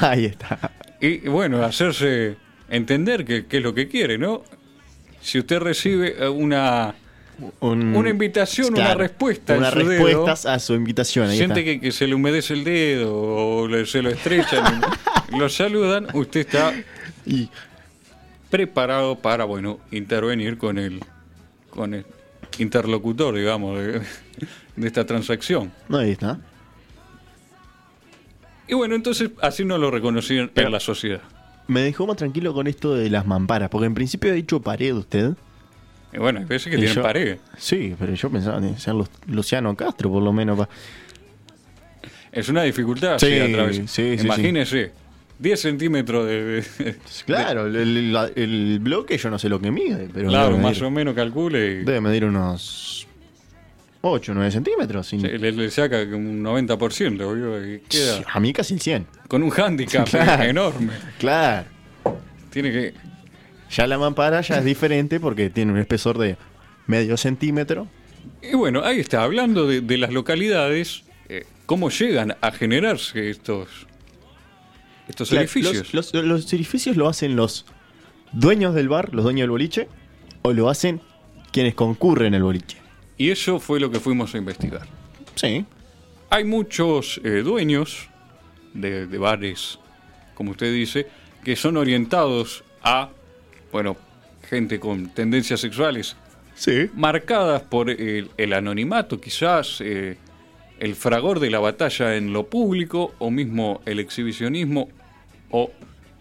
Ahí está. y, bueno, hacerse entender que, que es lo que quiere, ¿no? Si usted recibe eh, una... Un- Una invitación, una respuesta en Una su dedo. respuesta a su invitación. Ahí Siente está. que, que se le humedece el dedo o le- se lo estrechan, *laughs* y lo saludan, usted está Y- preparado para, bueno, intervenir con el, con el interlocutor, digamos, de, *laughs* de esta transacción. no, ahí está. Y bueno, entonces así no lo reconocían Pero- en la sociedad. Me dejó más tranquilo con esto de las mamparas, porque en principio ha dicho pared usted. Y bueno, hay veces que Y tienen yo- pared. Sí, pero yo pensaba en ser Lu- Luciano Castro, por lo menos. pa- Es una dificultad. Sí, Sí, atravesar. sí, sí, sí. Imagínese, 10 centímetros de... de- Claro, el, el- la- el bloque yo no sé lo que mide, pero. claro, debe más medir, o menos calcule y debe medir unos 8 o 9 centímetros. sin- se- le, le saca como un 90%, obvio, y queda A mí casi el 100. con un hándicap *laughs* Claro. enorme. Claro. Tiene que... Ya la mampara ya es diferente porque tiene un espesor de medio centímetro. Y bueno, ahí está, hablando de, de las localidades, eh, cómo llegan a generarse estos, estos Claro, edificios. Los, los- los edificios lo hacen los dueños del bar, los dueños del boliche, o lo hacen quienes concurren al boliche. Y eso fue lo que fuimos a investigar. Sí. Hay muchos eh, dueños de, de bares, como usted dice, que son orientados a, bueno, gente con tendencias sexuales, Sí. marcadas por el, el anonimato, quizás eh, el fragor de la batalla en lo público, o mismo el exhibicionismo, o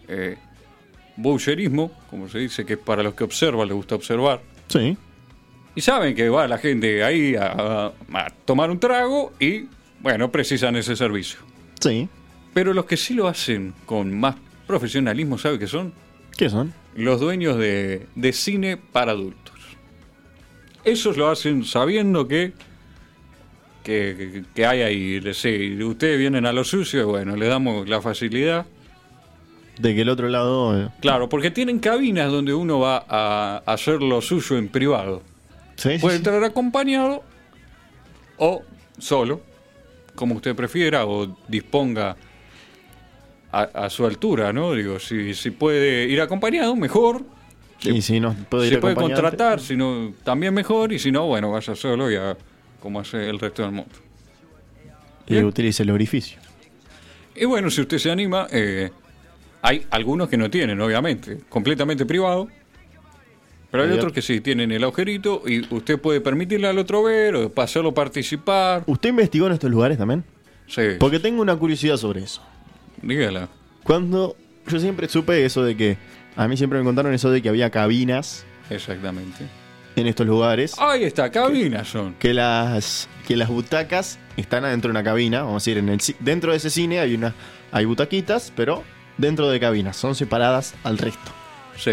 eh, voyeurismo, como se dice, que es para los que observan, les gusta observar. Sí. Y saben que va la gente ahí a, a- a tomar un trago y, bueno, precisan ese servicio. Sí. Pero los que sí lo hacen con más profesionalismo, ¿sabe que son? ¿Qué son? los dueños de, de cine para adultos. Esos lo hacen sabiendo que, que, que- que hay ahí. Sí, ustedes vienen a lo sucio, y bueno, les damos la facilidad. De que el otro lado. eh, Claro, porque tienen cabinas donde uno va a hacer lo suyo en privado. Sí, sí, Puede sí. entrar acompañado o solo, como usted prefiera o disponga a, a su altura, ¿no? Digo, si, si puede ir acompañado, mejor. Y si no puede ir se puede acompañante. contratar, si no, también mejor, y si no, bueno, vaya solo y haga como hace el resto del mundo. y eh, utilice el orificio. Y bueno, si usted se anima, eh, hay algunos que no tienen, obviamente, completamente privado. Pero hay Hay otros que sí, tienen el agujerito y usted puede permitirle al otro ver o pasarlo a participar. ¿Usted investigó en estos lugares también? Sí, Porque tengo una curiosidad sobre eso. dígala. Cuando yo siempre supe eso de que, a mí siempre me contaron eso de que había cabinas Exactamente. en estos lugares, Ahí está, cabinas son. que las, que las butacas están adentro de una cabina, vamos a decir, en el, ci- dentro de ese cine hay, una, hay butaquitas, pero dentro de cabinas, son separadas al resto. Sí.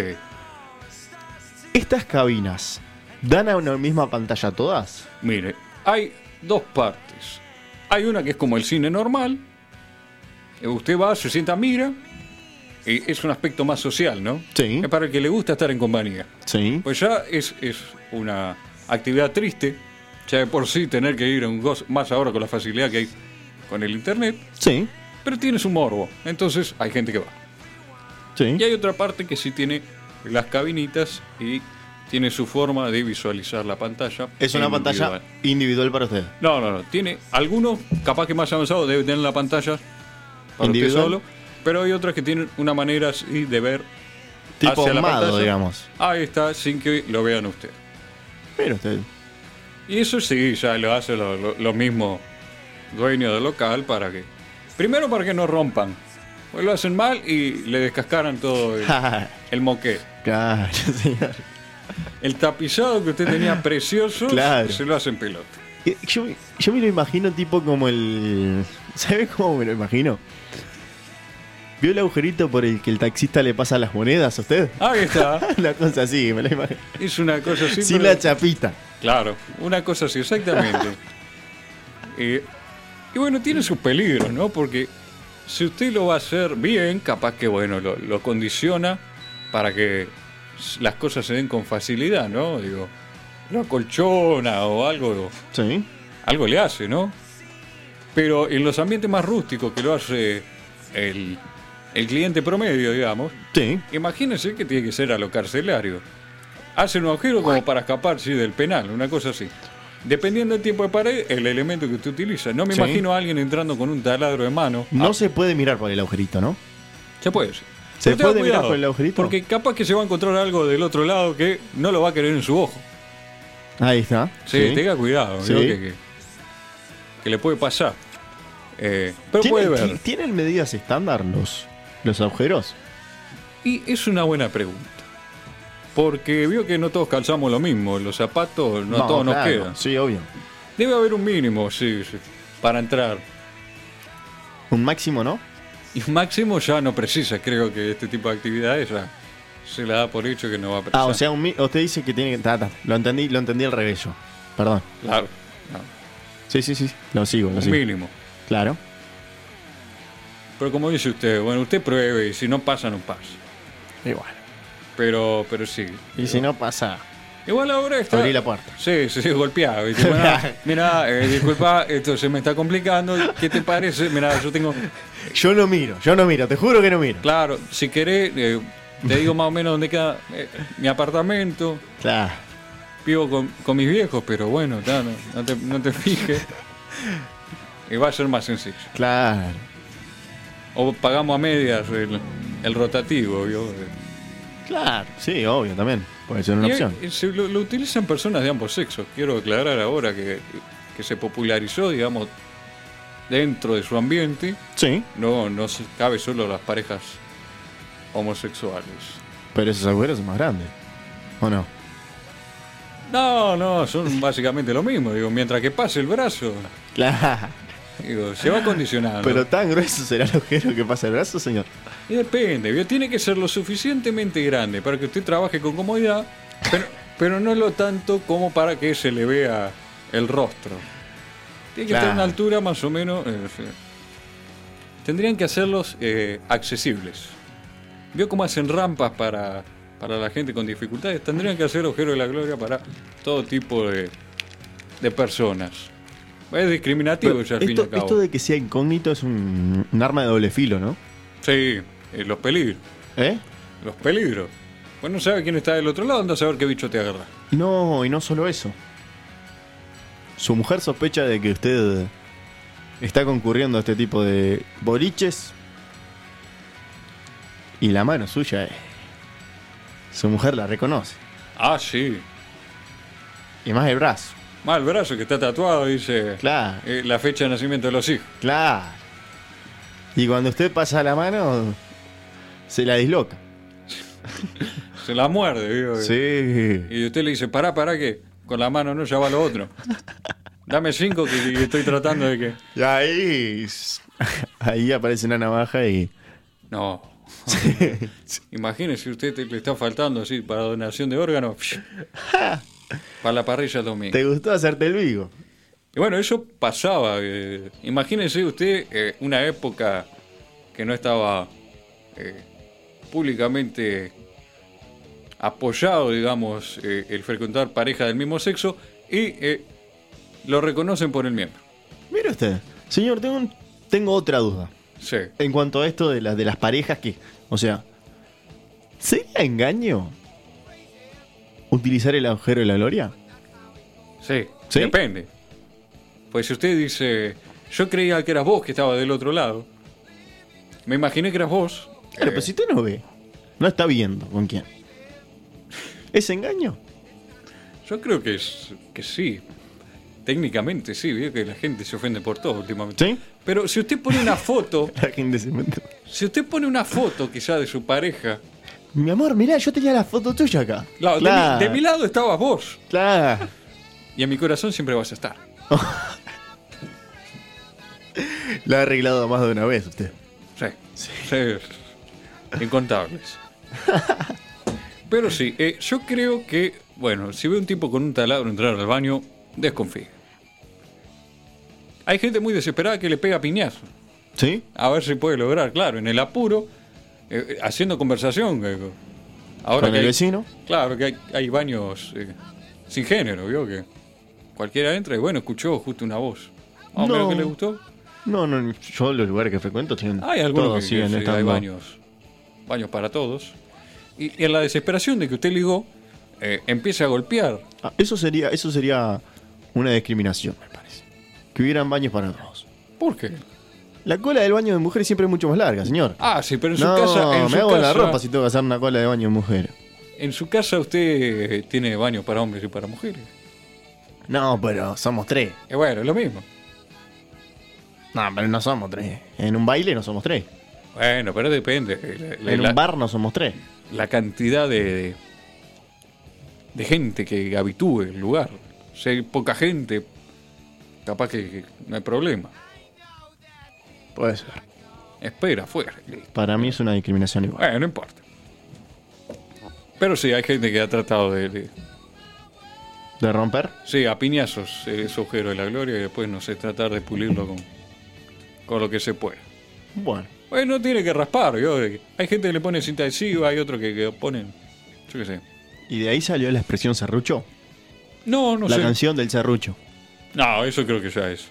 Estas cabinas dan a una misma pantalla todas. Mire, hay dos partes. Hay una que es como el cine normal. Eh, Usted va, se sienta, mira. Y es un aspecto más social, ¿no? Sí. Es para el que le gusta estar en compañía. Sí. Pues ya es, es una actividad triste. Ya de por sí tener que ir a un gozo, más ahora con la facilidad que hay con el internet. Sí. Pero tiene su morbo. Entonces hay gente que va. Sí. Y hay otra parte que sí tiene las cabinitas y tiene su forma de visualizar la pantalla. Es una pantalla individual. individual para usted. No, no, no. Tiene algunos, capaz que más avanzados, deben tener la pantalla para usted Individual. solo. Pero hay otras que tienen una manera así de ver Tipo hacia la ahumado, pantalla. digamos. Ahí está, sin que lo vean usted. Mira usted. Y eso sí, ya lo hacen los lo, los mismos dueños del local para que. Primero para que no rompan. Pues lo hacen mal y le descascaran todo el, el moqué. claro, *laughs* señor. El tapizado que usted tenía *laughs* precioso Claro. se lo hacen pelota. Eh, Yo, yo me lo imagino tipo como el... ¿Sabes cómo me lo imagino? ¿Vio el agujerito por el que el taxista le pasa las monedas a usted? *laughs* Ahí está. Una cosa así, me lo imagino. Es una cosa así. Sin pero- la chapita. Claro, una cosa así, *laughs* exactamente. Eh, y bueno, tiene sus peligros, ¿no? Porque si usted lo va a hacer bien, capaz que, bueno, lo, lo condiciona para que s- las cosas se den con facilidad, ¿no? Digo, una colchona o algo, Sí. algo le hace, ¿no? Pero en los ambientes más rústicos que lo hace el, el cliente promedio, digamos, Sí. imagínense que tiene que ser a lo carcelario. Hacen un agujero como para escapar sí, del penal, una cosa así. Dependiendo del tiempo de pared, el elemento que usted utiliza. No me Sí. imagino a alguien entrando con un taladro de mano. No se puede mirar por el agujerito, ¿no? Se puede. sí. ¿Se Pero tenga puede mirar por el agujerito? Porque capaz que se va a encontrar algo del otro lado que no lo va a querer en su ojo. Ahí está. Sí, tenga cuidado. Sí. ¿no? Que, que- que le puede pasar. Eh, pero puede ¿Tienen, ver. ti- ¿Tienen medidas estándar los, los agujeros? Y es una buena pregunta. Porque vio que no todos calzamos lo mismo. Los zapatos no, a todos nos claro. quedan. Sí, obvio. Debe haber un mínimo, sí, sí, para entrar. Un máximo, ¿no? Y máximo ya no precisa, creo que este tipo de actividades ya se la da por hecho que no va a precisar. Ah, o sea, un mi- usted dice que tiene que. ta, ta, lo entendí, lo entendí al revés yo. Perdón. Claro, no, Sí, sí, sí. Lo sigo, lo un sigo. mínimo. Claro. Pero como dice usted, bueno, usted pruebe y si no pasa, no pasa. Igual. Pero, pero sí. Y si no pasa. Igual ahora está... Abrí la puerta. Sí, sí, *laughs* sí, golpeado. y dice, bueno, *laughs* mira, eh, disculpa, esto se me está complicando. ¿Qué te parece? Mira, yo tengo... Yo no miro, yo no miro, te juro que no miro. Claro, si querés, eh, te digo más o menos dónde queda eh, mi apartamento. Claro. vivo con, con mis viejos, pero bueno, ta, no, no te, no te *laughs* fijes. Y va a ser más sencillo. Claro. O pagamos a medias el, el rotativo, ¿vio? Claro. Sí, obvio también. Puede ser una Y, opción. eh, se lo, lo utilizan personas de ambos sexos. Quiero aclarar ahora que, que se popularizó, digamos, dentro de su ambiente. Sí. No, no se cabe solo a las parejas homosexuales. Pero esos agujeros son más grandes. ¿O no? No, no, son básicamente lo mismo. Digo, mientras que pase el brazo, Claro. digo, se *laughs* va condicionando. Pero tan grueso será el agujero que pasa el brazo, señor. Y depende, ¿vio? tiene que ser lo suficientemente grande para que usted trabaje con comodidad, pero, pero no lo tanto como para que se le vea el rostro. Tiene que Claro. estar a una altura más o menos. eh, sí. Tendrían que hacerlos eh, accesibles. ¿Vio cómo hacen rampas para, para la gente con dificultades? Tendrían que hacer agujero de la gloria para todo tipo de, de personas. Es discriminativo ya al fin y esto, al cabo. esto de que sea incógnito es un, un arma de doble filo, ¿no? Sí, eh, los peligros. ¿Eh? Los peligros. Pues no sabe quién está del otro lado, anda a saber qué bicho te agarra. No, y no solo eso. Su mujer sospecha de que usted está concurriendo a este tipo de boliches. Y la mano suya, eh, su mujer la reconoce. Ah, sí. Y más el brazo. Mal brazo que está tatuado, dice. Claro, eh, la fecha de nacimiento de los hijos. claro. Y cuando usted pasa la mano, se la disloca. Se la muerde, digo. eh. Sí. Y usted le dice, pará, pará, que con la mano no, ya va lo *laughs* otro. Dame cinco que, que estoy tratando de que... Y ahí. *laughs* Ahí aparece una navaja y. No. *laughs* Imagínese usted te- le está faltando así para donación de *laughs* órganos. para la parrilla el domingo. ¿Te gustó hacerte el vivo? Y bueno, eso pasaba. eh, imagínese usted eh, una época que no estaba eh, públicamente apoyado, digamos, eh, el frecuentar pareja del mismo sexo y eh, lo reconocen por el miembro. Mira usted. Señor, tengo, un- tengo otra duda. Sí. En cuanto a esto de, las de las parejas que. O sea. ¿Sería engaño? ¿Utilizar el agujero de la gloria? Sí, ¿Sí? depende. Pues si usted dice, yo creía que eras vos que estaba del otro lado, me imaginé que eras vos. Claro, Eh, pero si usted no ve, no está viendo con quién. ¿Es engaño? Yo creo que, es, que sí. Técnicamente sí, veo que la gente se ofende por todo últimamente. ¿Sí? Pero si usted pone una foto, La gente se inventó. si usted pone una foto quizá de su pareja, Mi amor, mirá, yo tenía la foto tuya acá. claro, de mi- claro, De, mi, lado estabas vos claro. y en mi corazón siempre vas a estar. La ha arreglado más de una vez usted. Sí, sí. Incontables. Pero sí, eh, yo creo que, bueno, si ve un tipo con un taladro entrar al baño, desconfíe. Hay gente muy desesperada que le pega piñazo. ¿Sí? A ver si puede lograr, claro, en el apuro, eh, haciendo conversación. eh, ahora Con que el hay- vecino. Claro, que hay, hay baños eh, sin género, ¿vio? Que cualquiera entra y bueno, escuchó justo una voz. Vamos a ver No. qué le gustó. No, no, yo los lugares que frecuento tienen Hay algunos todos que- que siguen sí, hay estando. baños. Baños para todos. Y, y en la desesperación de que usted ligó, eh, empieza a golpear. Ah, eso sería, eso sería una discriminación, me parece. Que hubieran baños para todos. ¿Por qué? La cola del baño de mujeres siempre es mucho más larga, señor. Ah, sí, pero en su no, casa. En me su hago casa, la ropa si tengo que hacer una cola de baño de mujeres. en su casa usted eh, tiene baños para hombres y para mujeres. No, pero somos tres. Y bueno, es lo mismo. No, pero no somos tres. Eh. En un baile no somos tres. Bueno, pero depende. eh, La, la- En la- un bar no somos tres. la cantidad de, de, de gente que habitúe el lugar. Si hay poca gente, capaz que, que no hay problema. Puede ser. Espera afuera. y listo. Para mí es una discriminación igual. Bueno, no importa. Pero sí, hay gente que ha tratado de, de- ¿De romper? sí, a piñazos eh, ese agujero de la gloria y después, no sé, tratar de pulirlo con, con lo que se pueda. Bueno. Bueno, tiene que raspar, ¿vio? Hay gente que le pone cinta adhesiva, hay otro que, que ponen, yo qué sé. ¿Y de ahí salió la expresión serrucho? No, no la sé. canción del serrucho. No, eso creo que ya es.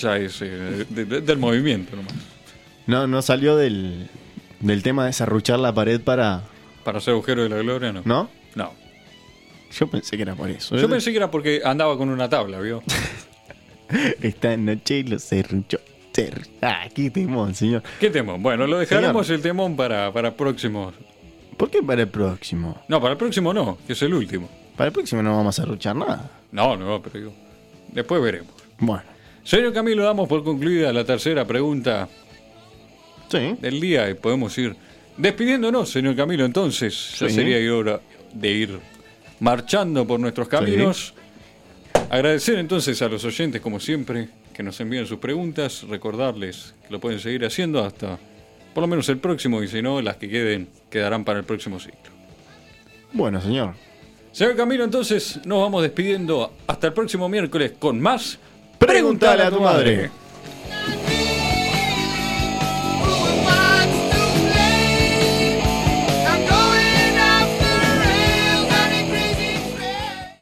Ya es eh, de- de- del movimiento nomás. No, no salió del, del tema de serruchar la pared para... Para hacer agujero de la gloria, no. ¿No? No. Yo pensé que era por eso. Yo pensé que era porque andaba con una tabla, ¿vio? *laughs* Esta noche lo serrucho. Ser... Ah, qué temón, señor. ¿Qué temón? Bueno, lo dejaremos el temón para, para próximos. ¿Por qué para el próximo? No, para el próximo no, que es el último. Para el próximo no vamos a serruchar nada. No, no, pero digo, después veremos. Bueno. Señor Camilo, damos por concluida la tercera pregunta Sí. del día y podemos ir despidiéndonos, señor Camilo. Entonces, ya Sí. sería hora de ir marchando por nuestros caminos. Agradecer entonces a los oyentes, como siempre, que nos envíen sus preguntas. Recordarles que lo pueden seguir haciendo hasta por lo menos el próximo y si no, las que queden quedarán para el próximo ciclo. Bueno, señor. Señor Camilo, entonces nos vamos despidiendo hasta el próximo miércoles con más Preguntale a tu madre.